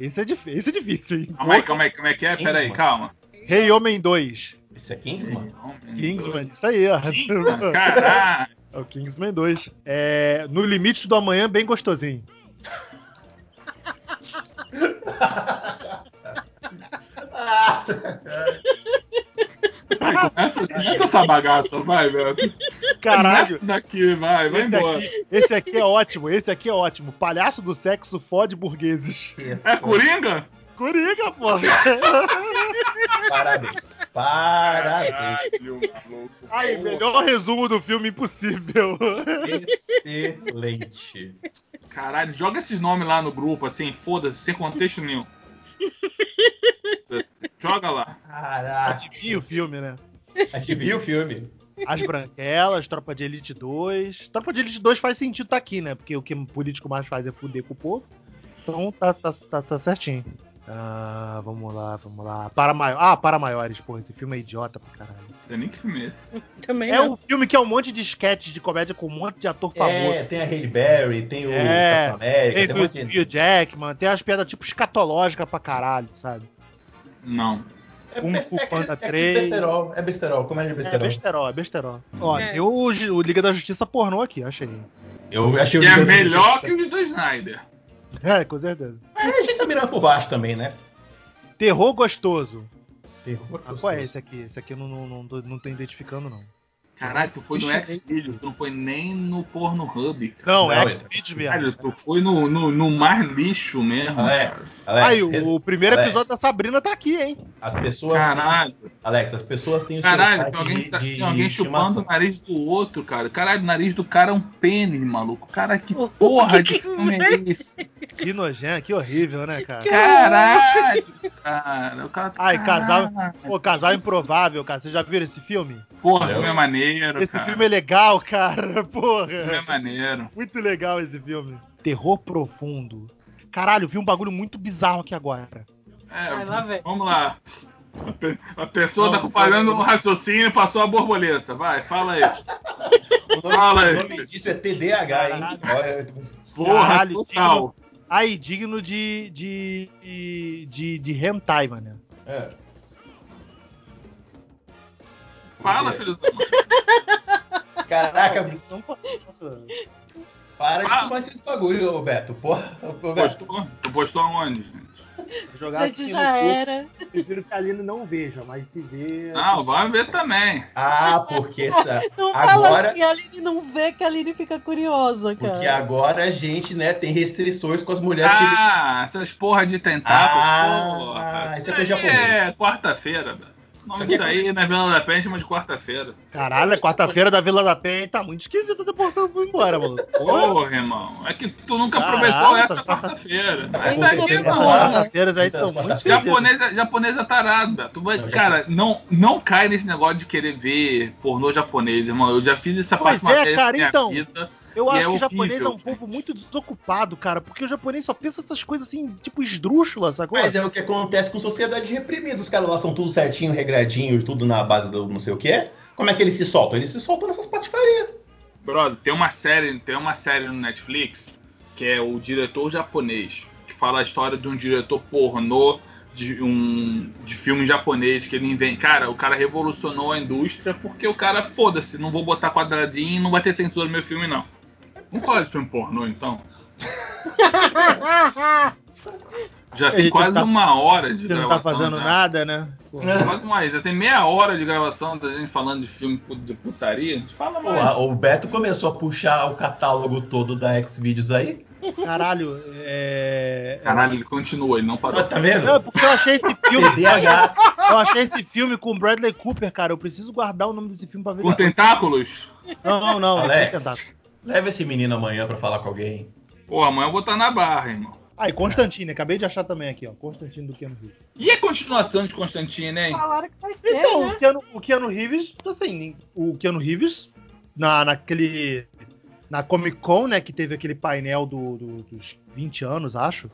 S4: Esse é, difí- esse é difícil, hein?
S1: Calma aí, calma aí, como é que é? Pera aí, calma.
S4: Rei Homem 2.
S2: Isso é Kingsman?
S4: Kingsman, isso aí, ó.
S1: Kingsman, Caralho!
S4: <laughs> É o Kingsman 2. É, no limite do amanhã,
S1: <laughs>
S4: bem gostosinho.
S2: Ah, <laughs>
S1: Vai, começa, começa essa bagaça, vai, velho. Começa
S4: Caralho,
S1: daqui, vai, vai
S4: esse
S1: embora.
S4: aqui, esse aqui é ótimo, esse aqui é ótimo. Palhaço do sexo fode burgueses.
S1: É Coringa?
S4: Coringa,
S1: <laughs>
S4: porra.
S2: Parabéns.
S1: <laughs>
S2: Parabéns.
S1: Caralho, maluco.
S4: Aí, melhor resumo do filme impossível.
S2: Excelente.
S1: Caralho, joga esses nomes lá no grupo, assim, foda-se, sem
S6: <laughs>
S1: contexto nenhum. joga lá. Ah.
S2: Caraca.
S4: E o filme, né?
S2: A gente viu o filme.
S4: As Branquelas, Tropa de Elite 2. Tropa de Elite 2 faz sentido tá aqui, né? Porque o que o político mais faz é fuder com o povo. Então tá, tá, tá, tá certinho. Ah, vamos lá, vamos lá. Para maior... Ah, Para Maiores, porra, esse filme é idiota pra caralho.
S1: Não sei nem que filme é esse.
S5: Também
S4: É um filme que é um monte de sketch de comédia com um monte de ator famoso.
S2: né? É, tem a Halle Berry, tem o
S4: É,
S2: Capitão América,
S4: Tem
S2: tem um
S4: o
S2: monte de
S4: Bill Jackman, tem umas piadas tipo escatológica pra caralho, sabe?
S1: Não.
S2: É,
S1: um
S4: Kung Fu
S2: bes- é, aquele- é
S4: Panda
S2: aquele
S4: 3.
S2: besterol, é besterol, comédia
S4: É
S2: besterol. Hum.
S4: besterol, é besterol. Ó,
S5: É.
S4: tem o, Ju- o Liga da Justiça pornô aqui, achei.
S2: Eu achei
S1: E
S2: o
S1: é
S2: Liga da
S1: melhor
S2: Justiça-
S1: que os do Snyder.
S4: É, com certeza.
S2: Mas a gente tá mirando por baixo também, né?
S4: Terror gostoso.
S2: Terror
S4: Ah, qual é esse aqui? Esse aqui eu não, não, não, tô- não tô identificando, não.
S1: Caralho, tu foi no
S4: Ixi,
S1: X-Video, tu não foi nem no Porno Hub.
S4: Não, é
S2: Não, esse-
S4: X-Videos
S1: Caralho,
S4: mesmo.
S1: tu foi no, no, no mais lixo mesmo.
S2: Alex,
S1: cara.
S2: Alex,
S4: Aí, o, o primeiro
S2: Alex.
S4: episódio da Sabrina tá aqui, hein?
S2: as pessoas
S1: Caralho.
S2: têm, Alex, as pessoas têm o seu
S1: Caralho,
S2: site
S1: tem alguém, tá-
S2: de,
S1: tem alguém
S2: de
S1: chupando
S2: estimação.
S1: o nariz do outro, cara. Caralho, o nariz do cara é um pênis, maluco. Cara, que porra de
S6: que
S1: filme é
S6: <laughs>
S1: isso?
S4: Que nojento, que horrível, né, cara?
S1: Caralho, cara. O cara tá-
S4: Ai, casal-
S1: Caralho.
S4: Pô, casal improvável, cara. Vocês já viram esse filme?
S1: Porra, filme é maneiro,
S4: Esse
S1: cara.
S4: filme é legal, cara. <laughs>
S1: Esse filme é
S4: Porra.
S1: maneiro.
S4: Muito legal esse filme. Terror profundo. Caralho, vi um bagulho muito bizarro aqui agora.
S1: É,
S6: Vai lá, velho.
S1: vamos lá. A pe- A pessoa
S4: Não,
S1: tá comparando
S4: não.
S1: o raciocínio e passou a borboleta. Vai, fala
S4: <laughs>
S1: aí.
S2: O nome,
S1: Fala aí.
S2: o nome disso é TDAH, hein? Olha,
S1: Porra,
S4: Caralho,
S1: total.
S4: Aí, digno de. de. de. de, de hentai, mano.
S2: é.
S1: Fala, filho da mãe.
S2: Caraca,
S4: Não, não-
S2: para de
S1: Ah.
S2: fumar esses bagulho, ô Beto. Porra, ô Beto.
S1: Postou? Tu postou aonde? gente?
S4: Jogar
S5: Gente,
S4: aqui
S5: já
S4: no
S5: é.
S4: cu.
S5: era.
S3: Prefiro que a Aline não veja, mas se
S4: É.
S3: vê.
S1: Não, vai ver também.
S2: Ah, porque essa,
S5: <laughs> Não fala
S2: agora,
S5: assim, a Aline não vê que a Aline fica curiosa,
S2: porque
S5: cara.
S2: agora a gente, né, tem restrições com as mulheres que
S1: Ah, essas porra de tentáculo,
S2: Ah,
S1: porra.
S2: isso é coisa
S1: aí
S2: japonesa.
S1: é quarta-feira, velho. O nome
S2: Isso aqui é
S1: disso aí não é Vila da Pente, mas de quarta-feira.
S4: Caralho, a quarta-feira da Vila da Penha tá muito esquisita depois que eu vou embora, maluco. Porra,
S1: Porra, irmão. É que tu nunca
S4: Caraca.
S1: aproveitou essa quarta-feira. Mas isso aí,
S2: acontecendo
S1: irmão. é,
S2: lá.
S4: quarta-feiras aí são muito esquisitas.
S1: Japonesa, japonesa tarada. Tu vai,
S2: Não, já-
S1: cara, não, não cai nesse negócio de querer ver pornô japonês, irmão. Eu já fiz essa
S4: Pois
S1: parte uma
S4: é,
S1: vez
S4: cara,
S1: na minha
S4: então.
S1: vida.
S4: Eu
S1: E
S4: acho
S1: é
S4: que o
S1: horrível,
S4: japonês é um
S1: gente.
S4: povo muito desocupado, cara, porque o japonês só pensa essas coisas assim, tipo esdrúxula, sacou?
S2: Mas é o que acontece com sociedade reprimida. Os caras lá são tudo certinho, regradinho, tudo na base do não sei o quê. Como é que eles se soltam? Eles se soltam nessas patifarias.
S1: Brother, tem uma série, tem uma série no Netflix que é o diretor japonês, que fala a história de um diretor pornô de um de filme japonês que ele inventa. Cara, o cara revolucionou a indústria porque o cara, foda-se, não vou botar quadradinho, não vai ter censura no meu filme não. Vamos falar de filme pornô então.
S6: Ah,
S1: Já
S4: Ele
S1: tem quase
S4: tá-
S1: uma hora de
S4: Você
S1: gravação.
S4: não tá fazendo
S1: já.
S4: nada, né?
S1: <laughs>
S4: Porra.
S1: Quase uma, já tem meia hora de gravação da gente falando de filme de putaria. A gente fala mais.
S2: Porra, o Beto começou a puxar o catálogo todo da Xvideos aí.
S4: Caralho, é.
S1: Caralho, ele continua, ele não
S2: Ah,
S1: parou.
S2: tá vendo?
S4: Não, é porque eu achei esse filme.
S2: TDAH.
S4: Eu achei esse filme com Bradley Cooper, cara. Eu preciso guardar o nome desse filme pra ver.
S1: Com tentáculos?
S4: Não, não, não.
S2: Alex.
S4: sem tentáculo.
S2: Leva esse menino amanhã pra falar com alguém.
S1: Pô, amanhã eu vou estar na barra, irmão.
S4: Ah, e Constantine, acabei de achar também aqui, ó. Constantine do Keanu Reeves.
S1: E a continuação de Constantine, hein?
S5: Falaram que vai ter,
S4: Então,
S5: né?
S4: o, Keanu, o Keanu Reeves, assim, o Keanu Reeves, na, naquele. Na Comic Con, né, que teve aquele painel do- do- dos 20 anos, acho.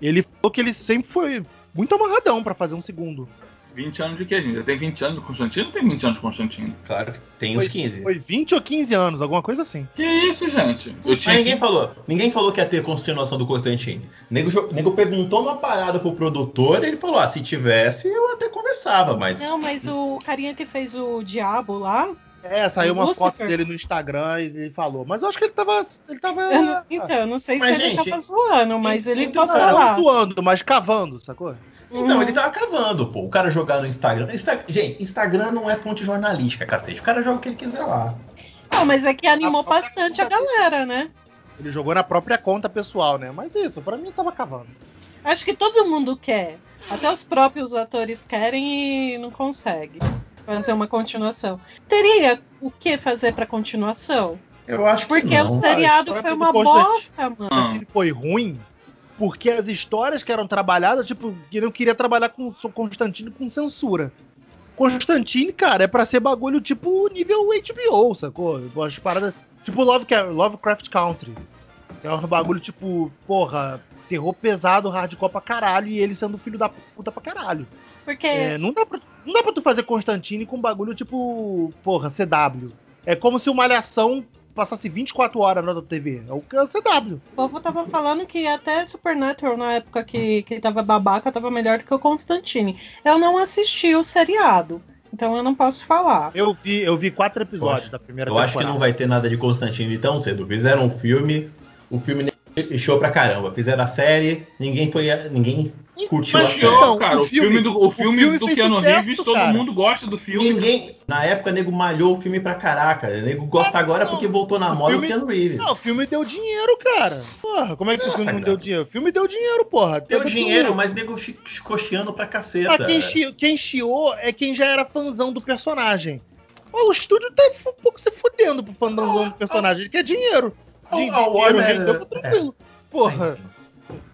S4: Ele falou que ele sempre foi muito amarradão pra fazer um segundo.
S1: 20 anos de que, gente? Já tem 20 anos de Constantine ou tem 20 anos de Constantine?
S2: Claro que tem
S4: Foi-
S2: os 15.
S4: Foi 20 ou 15 anos, alguma coisa assim.
S1: Que isso, gente? Eu
S2: Mas
S1: tinha.
S2: ninguém falou. Ninguém falou que ia ter continuação do Constantine. Nego, jo- nego perguntou uma parada pro produtor e ele falou: ah, se tivesse, eu até gostava, mas.
S5: Não, mas o carinha que fez o Diabo lá.
S4: É, saiu uma
S5: Lucifer.
S4: foto dele no Instagram e ele falou. Mas eu acho que ele tava. Ele tava.
S5: eu não- <laughs> então, eu não sei se
S2: Mas,
S5: ele
S2: gente,
S5: tava zoando, mas ele
S2: então,
S5: passou
S4: Não,
S5: lá.
S4: não zoando, mas cavando, sacou?
S2: Então,
S5: Uhum.
S2: ele tava cavando, pô. O cara jogar no Instagram. Insta- Gente, Instagram não é fonte jornalística, cacete. O cara joga o que ele quiser lá.
S5: Não, mas é que animou
S4: A própria
S5: bastante a
S4: conta
S5: galera, né?
S4: Ele jogou na própria conta pessoal, né? Mas isso, pra mim tava cavando.
S5: Acho que todo mundo quer. Até os próprios atores querem e não consegue fazer uma continuação. Teria o que fazer pra continuação?
S2: Eu acho que
S5: Porque
S2: não.
S5: o seriado
S4: história
S5: foi
S4: do
S5: uma
S4: Constantine.
S5: bosta, mano.
S1: Ah.
S4: Ele foi ruim porque as histórias que eram trabalhadas, tipo, ele não queria trabalhar com o Constantine com censura. Constantine, cara, é pra ser bagulho tipo nível HBO, sacou? As paradas. Tipo Lovecraft, Lovecraft Country. Que é um bagulho tipo, porra, terror pesado, hardcore pra caralho, e ele sendo filho da puta pra caralho.
S5: Porque
S4: É, não, dá pra, não dá pra tu fazer Constantine com bagulho tipo, porra, CW. É como se uma alhação passasse 24 horas na TV. É o que é o CW.
S5: o povo tava falando que até Supernatural, na época que, que tava babaca, tava melhor do que o Constantine. Eu não assisti o seriado, então eu não posso falar.
S4: Eu vi, eu vi quatro episódios
S2: Eu
S4: da primeira
S2: Eu acho que
S4: temporada.
S2: não vai ter nada de Constantino tão cedo. Fizeram um filme, o filme nem fechou pra caramba. Fizeram a série, ninguém foi. a- Ninguém curtiu a
S1: Mas
S2: série.
S4: Então,
S1: não, cara, o filme, do, o filme do
S4: fez
S1: Keanu
S4: sucesso,
S1: Reeves, todo
S4: cara.
S1: mundo gosta do filme.
S2: Ninguém. Na época, nego malhou o filme pra caraca. O nego gosta agora porque voltou na
S4: O
S2: moda
S4: filme-
S2: o Keanu Reeves.
S4: Não, o filme deu dinheiro, cara. Porra, como é que o
S2: Nossa,
S4: filme não
S2: cara.
S4: deu dinheiro? O filme deu dinheiro, porra.
S2: Deu
S4: Tanto que
S2: dinheiro,
S4: o-
S2: mas nego chi- chicoteando pra
S4: Ah,
S2: caceta.
S4: um. quem, chi, quem chiou é quem já era fãzão do personagem. Ó, o estúdio tá um pouco se fudendo pro fãzão do personagem. Ele quer dinheiro.
S2: Ah,
S4: Din-
S2: ah, o
S4: dinheiro,
S2: Warner-
S4: rendeu, tá tranquilo. Porra.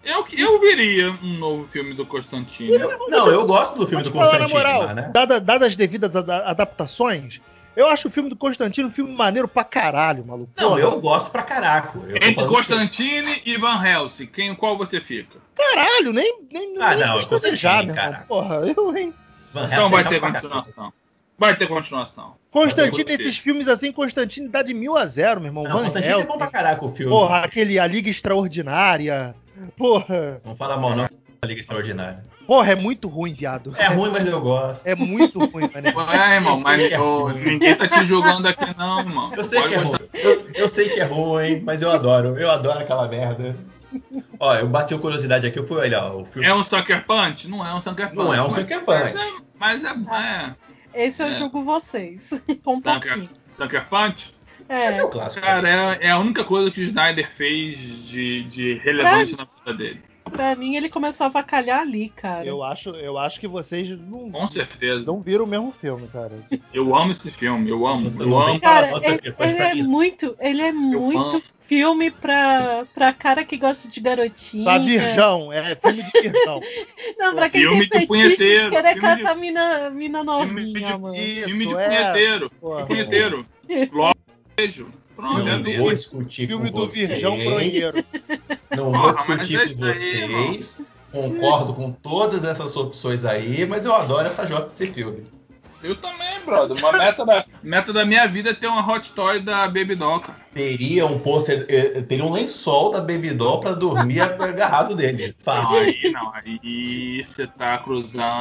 S1: Eu, eu viria um novo filme do Constantine.
S2: Eu- não, eu gosto do filme do
S4: Vou te falar na
S2: Constantino,
S4: moral,
S2: mas, né?
S4: dada- dadas as devidas ada- adaptações, eu acho o filme do Constantino um filme maneiro pra caralho, maluco.
S2: Não,
S4: Porra.
S2: eu gosto pra caraco. Eu tô
S1: Entre
S2: falando
S1: Constantine e Van Helsing, quem, qual você fica?
S4: Caralho, nem. nem
S2: Ah,
S4: nem
S2: não,
S4: quis
S2: é Constantine,
S4: desejar, meu
S2: cara.
S4: irmão. Porra, eu, hein?
S2: que Van
S1: Então
S2: Helsing
S1: vai
S2: tá
S1: ter
S2: pra cacete.
S1: continuação. Vai ter continuação.
S4: Constantino,
S1: Vai ter.
S4: esses filmes assim, Constantino dá de mil a zero, meu irmão.
S2: Não,
S4: Van
S2: Constantino é
S4: Helsing,
S2: bom pra caraca o filme.
S4: porra, aquele A Liga Extraordinária. Porra,
S2: Não fala mal, não. da Liga Extraordinária.
S4: porra, é muito ruim, viado.
S2: É ruim, mas eu gosto.
S4: É
S2: <laughs>
S4: muito ruim, mané.
S1: É, irmão, mas ô,
S2: Eu sei que é ruim.
S1: ninguém tá te julgando aqui, não, irmão.
S2: Eu sei
S1: Pode
S2: que é
S1: gostar.
S2: ruim. Eu, eu sei que é ruim, mas eu adoro. Eu adoro aquela merda. Ó, eu bati uma curiosidade aqui, eu fui olhar o filme.
S1: É um Sucker Punch? Não é um Sucker Punch.
S2: Não é um
S1: mas-
S2: Sucker Punch.
S1: Mas é, é
S5: Esse eu
S1: É.
S5: julgo vocês. Um pouquinho.
S1: Sucker, Sucker Punch?
S2: É
S5: <laughs> É.
S2: um clássico.
S1: Cara, é, é a única coisa que o Snyder fez de, de relevante na vida dele.
S5: Pra mim, ele começou a vacalhar ali, cara.
S4: Eu acho, eu acho que vocês não,
S1: Com certeza.
S4: não viram o mesmo filme, cara.
S1: Eu amo esse filme, eu amo,
S2: Eu
S1: eu
S2: também.
S1: amo.
S5: <laughs> Cara,
S2: Fala,
S5: ele,
S2: Sucker Punch
S5: ele
S2: pra
S5: é
S2: mim.
S5: muito, ele é muito
S1: amo.
S5: filme pra, pra cara que gosta de
S4: Pra
S5: garotinha.
S4: Tá virgão, é filme de virgão.
S5: Não, pra quem
S1: Filme de
S5: tem fetiche de
S1: punheteiro,
S5: querer
S1: filme de-
S5: catar é mina, mina
S1: Filme de,
S5: novinha, mano.
S1: filme de
S4: Isso, é.
S1: punheteiro.
S4: Porra.
S1: Punheteiro. Logo, beijo. Pronto, é
S2: Não vou
S1: dele.
S2: discutir
S4: Filme
S2: com
S4: do
S2: vocês.
S4: virgão bronheiro.
S2: Não vou
S1: Porra, mas
S2: discutir
S1: é
S2: com
S1: isso aí,
S2: vocês. Concordo com todas essas opções aí, mas eu adoro essa jota desse filme.
S1: Eu também, brother. Uma meta da, meta da minha vida é ter uma hot toy da Baby Doll, cara.
S2: Teria um pôster, eh, teria um lençol da Baby Doll pra dormir <laughs> agarrado dele.
S1: Não,
S2: Fácil.
S1: aí não. Aí você tá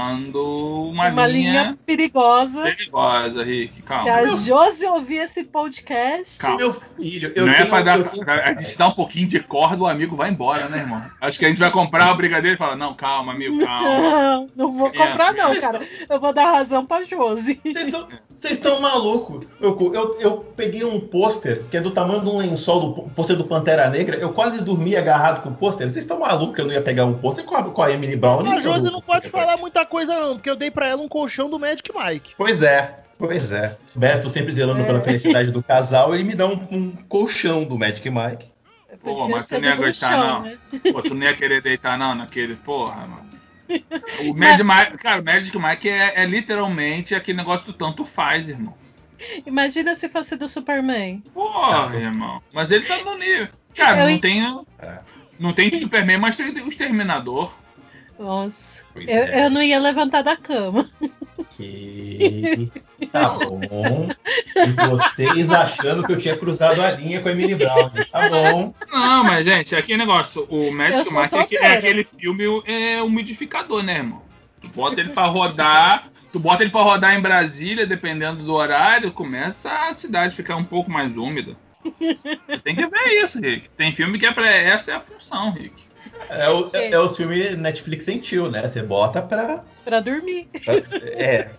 S1: cruzando uma,
S5: Uma, linha,
S1: linha
S5: perigosa.
S1: perigosa, Rick.
S5: Se
S1: Calma.
S5: a Josi ouvir esse podcast,
S1: Calma.
S2: Meu filho, eu
S1: não é
S2: tenho-
S1: pra dar.
S2: eu tenho-
S1: A gente dá um pouquinho de corda, o amigo vai embora, né, irmão? Acho que a gente vai comprar o brigadeiro e fala: Não, calma, amigo, calma.
S5: não, <laughs> não vou
S1: É.
S5: comprar, não, cara. Eu vou dar razão pra Josi.
S2: Vocês estão- Vocês estão malucos. Eu, eu, eu peguei um pôster que é do tamanho de um lençol do pô- pôster do Pantera Negra. Eu quase dormi agarrado com o pôster. Vocês estão malucos que eu não ia pegar um pôster com a, com a Emily Brown?
S4: A Josi não pode falar muita coisa, não, porque eu dei pra ela um colchão do Magic Mike.
S2: Pois é, pois é. Beto sempre zelando
S5: É.
S2: pela felicidade do casal, ele me dá um, um colchão do Magic Mike.
S1: Pô,
S5: Podia
S1: mas
S5: ser
S1: tu não ia
S5: do
S1: aguentar,
S5: bruxão,
S1: não.
S5: né?
S1: Pô, tu nem ia querer deitar, não, naquele. Porra, mano. O Magic Mike, cara, o Magic Mike é, é literalmente aquele negócio do tanto faz, irmão.
S5: Imagina se fosse do Superman.
S1: Porra, irmão. Mas ele tá no nível. Cara,
S5: Eu
S1: não
S5: en-
S1: tem.
S2: É.
S1: Não tem Superman, mas tem o Exterminador.
S5: Nossa.
S2: Pois
S5: Eu,
S2: é.
S5: eu não ia levantar da cama. <laughs>
S2: Que... Tá bom. E vocês achando que eu tinha cruzado a linha com a Emily Brown. Tá bom.
S1: Não, mas, gente, é aquele negócio. O
S5: Eu
S1: Magic
S5: sou
S1: Mike é, que- é
S5: solteira.
S1: aquele filme é, umidificador, né, irmão? Tu bota ele pra rodar, Tu bota ele pra rodar em Brasília, dependendo do horário, começa a cidade ficar um pouco mais úmida. Tem que ver isso, Rick. Tem filme que é pra essa é a função, Rick.
S2: É o, é, é o filme Netflix sentiu, né? Você bota pra.
S5: Pra dormir.
S2: É.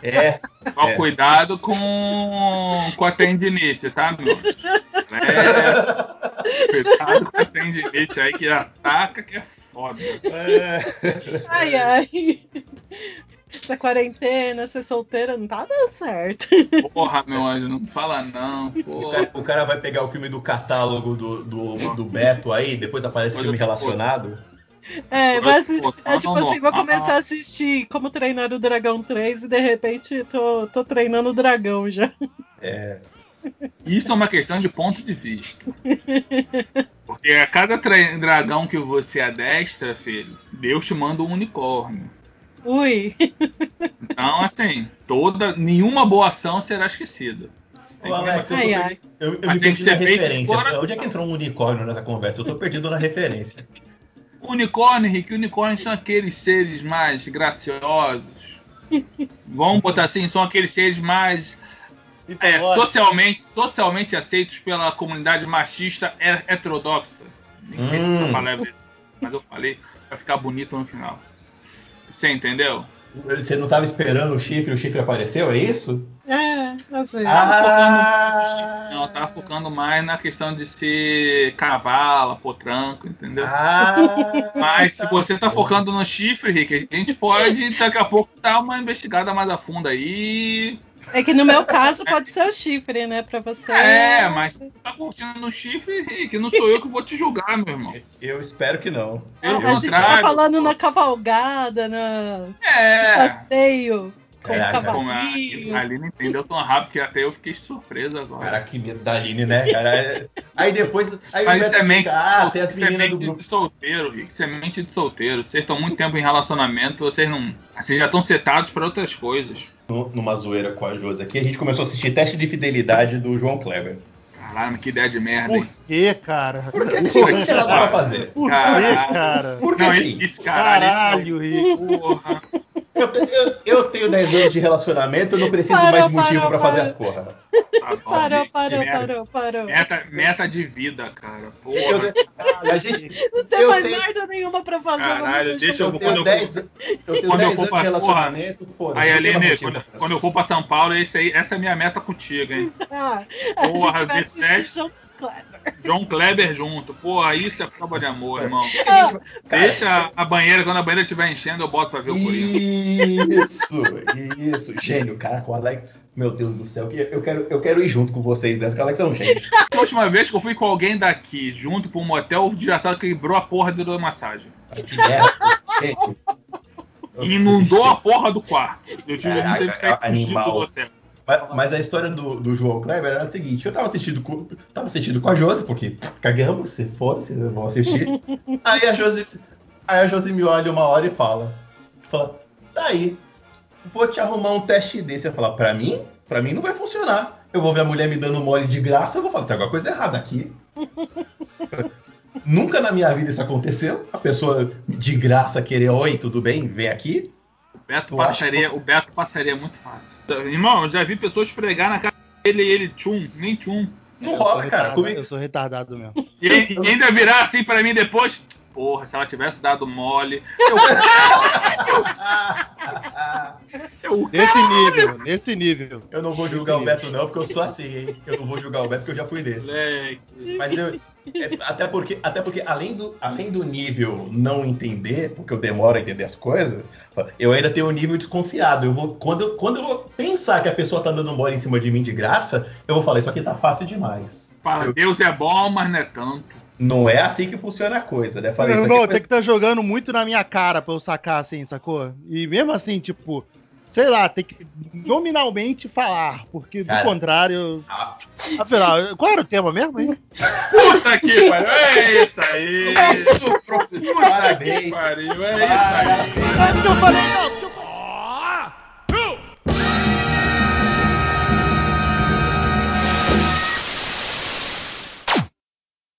S2: É.
S1: Só
S2: É.
S1: cuidado com, com a tendinite, tá, meu? É, cuidado com a tendinite aí que ataca, que é foda.
S2: é.
S5: Ai, ai. Essa quarentena, ser solteira não tá dando certo.
S1: Porra, meu anjo, não fala não,
S2: O
S1: porra.
S2: cara, o cara vai pegar o filme do catálogo do, do, do Beto aí, depois aparece
S1: Coisa
S2: filme
S1: boa.
S2: relacionado.
S5: É, mas
S1: Pô, tá
S5: é tipo
S1: não,
S5: assim,
S1: não.
S5: vou começar a assistir Como Treinar o Dragão 3 e de repente tô, tô treinando o dragão já.
S2: É.
S1: Isso é uma questão de ponto de vista. <laughs> Porque a cada tra- dragão que você adestra, filho, Deus te manda um unicórnio.
S5: Ui,
S1: Então, assim, toda, nenhuma boa ação será esquecida. Tem
S2: Ô,
S1: que
S2: Alex, eu, tô
S5: ai,
S2: perdido-
S5: ai.
S2: eu, eu
S1: Mas
S2: me
S1: tem que
S2: perdi na
S1: ser feito
S2: referência.
S1: fora-
S2: Onde é que entrou um unicórnio nessa conversa? Eu tô perdido na referência.
S1: Unicórnio, Rick, unicórnios são aqueles seres mais graciosos. Vamos botar assim, são aqueles seres mais
S3: Então,
S1: é,
S3: olha,
S1: socialmente, socialmente aceitos pela comunidade machista he- heterodoxa. Nem sei se
S2: Hum.
S1: essa palavra é- Mas eu falei pra ficar bonito no final. Você entendeu?
S2: Você não tava esperando o chifre, o chifre apareceu, é isso?
S5: É, às vezes.
S2: Ah!
S1: Não, eu tava tá focando mais na questão de ser cavala, potranco, entendeu?
S2: Ah!
S1: Mas se
S2: tá.
S1: você tá focando no chifre, Rick, a gente pode daqui a pouco dar uma investigada mais a fundo aí.
S5: É que no meu caso pode ser o chifre, né? Pra você.
S1: É,
S5: Então,
S1: mas você tá curtindo no chifre, Rick, não sou eu que vou te julgar, meu
S2: <laughs>
S1: irmão.
S2: Eu espero que não.
S1: Pelo
S5: a gente tá
S1: contrário,
S5: falando
S1: pô.
S5: na cavalgada, na
S1: É.
S5: passeio com
S2: Caraca,
S5: o
S1: Como a a
S5: cavalinho.
S1: Aline entendeu tão rápido que até eu fiquei surpreso agora.
S2: Cara, que medo da Aline, né, cara? Aí depois. Aí
S1: Mas
S2: o
S1: isso é
S2: Beto
S1: mente,
S2: fica, ah, tem as
S1: isso é
S2: meninas do
S1: mente
S2: grupo.
S1: de solteiro, Rick. Isso é mente de solteiro. Vocês estão muito tempo em relacionamento, vocês não. Vocês já estão setados pra outras coisas.
S2: Nu- Numa zoeira com a Josi aqui, a gente começou a assistir teste de fidelidade do João Kleber.
S1: Caralho, que ideia de merda,
S4: Por
S1: hein?
S4: quê, cara?
S2: Ah, né? Por que que não tinha nada pra fazer?
S4: Por quê,
S1: Caralho.
S4: cara?
S2: Porque
S1: não,
S2: assim,
S1: isso, caralho,
S4: Caralho, Rick.
S1: isso não- Porra.
S2: eu, te- eu- eu tenho 10 anos de relacionamento, eu não preciso
S5: Parou,
S2: mais motivo
S5: parou,
S2: pra fazer
S5: parou.
S2: as porra.
S1: Tá bom,
S5: Parou,
S1: Rick,
S5: parou,
S1: que merda.
S5: parou, parou.
S1: Meta, meta de vida, cara.
S2: Eu,
S1: Porra.
S2: a gente,
S5: Não tem
S2: eu
S5: mais
S2: tenho-
S5: merda nenhuma pra fazer.
S1: Caralho,
S5: vamos deixar
S1: deixa
S2: eu
S1: quando
S2: tenho
S1: eu-
S2: 10 eu tenho
S1: quando eu
S2: 10
S1: for
S2: anos
S1: pra
S2: de
S1: porra,
S2: relacionamento, foda.
S1: Aí,
S2: não tem
S1: Aline,
S2: mais motivo
S1: quando,
S2: pra fazer.
S1: quando eu for pra São Paulo, esse aí, essa é a minha meta contigo, hein?
S5: Ah, a <laughs>
S1: Porra,
S5: gente vai
S1: Vicente.
S5: assistir João Kleber.
S1: John Kleber junto. Porra, isso é prova de amor, irmão.
S2: A
S5: Ah,
S2: gente vai- Cara,
S1: Deixa a banheira, quando a banheira estiver enchendo, eu boto pra ver o Corinthians.
S2: Isso, isso. Gênio, cara, com o Alex. Meu Deus do céu, que eu quero, eu quero ir junto com vocês nessa, que o Alex é um gênio.
S1: A última vez que eu fui com alguém daqui, junto pra um motel, o diretor quebrou a porra da massagem.
S2: Que merda, gênio.
S1: Inundou a porra do quarto. Eu tive
S2: Caraca, é
S1: não teve que sair fugindo
S2: animal.
S1: do hotel.
S2: Mas, mas a história do, do João Kleber era a seguinte: eu tava assistindo com, tava assistindo com a Josi, porque pff, cagamos, se foda, vocês vão assistir.
S4: <laughs>
S2: aí, a Josi, aí a Josi me olha uma hora e fala: fala tá aí, vou te arrumar um teste desse. Eu falo: pra mim? Pra mim não vai funcionar. Eu vou ver a mulher me dando mole de graça, eu vou falar: tem alguma coisa errada
S4: <laughs>
S2: aqui. Nunca na minha vida isso aconteceu. A pessoa de graça querer, oi, tudo bem, vem aqui.
S1: O Beto,
S2: Eu acho
S1: passaria, o Beto passaria muito fácil. Irmão, eu já vi pessoas esfregar na cara dele e ele tchum, nem tchum.
S2: Não
S4: Eu sou
S2: rola, cara.
S4: retardado,
S2: Comigo,
S4: Eu sou retardado mesmo.
S1: E, e ainda virar assim pra mim depois. Porra, se ela tivesse dado mole. Eu,
S4: Nesse nível, nesse nível.
S2: Eu não vou julgar o Beto, não, porque eu sou assim, hein? Eu não vou julgar o Beto, porque eu já fui desse.
S1: moleque.
S2: Mas eu. é, até porque, até porque além, do, além do nível não entender, porque eu demoro a entender as coisas, eu ainda tenho o nível desconfiado. Eu vou, quando, eu, quando eu vou pensar que a pessoa tá dando bola em cima de mim de graça, eu vou falar, isso aqui tá fácil demais.
S1: Fala,
S2: Eu-
S1: Deus é bom, mas não é tanto.
S2: não é assim que funciona a coisa, né? Falei,
S4: Meu
S2: isso
S4: irmão,
S2: aqui
S4: tem que estar jogando muito na minha cara pra eu sacar assim, sacou? E mesmo assim, tipo, sei lá, tem que nominalmente falar, porque
S2: Cara.
S4: do contrário. eu-
S2: Ah.
S4: Afinal, qual era o tema mesmo, hein?
S1: Puta que pariu, é isso aí.
S2: Ah, Isso, prof- parabéns.
S1: Pariu, é isso aí.
S2: Parabéns.
S5: Eu falei, não,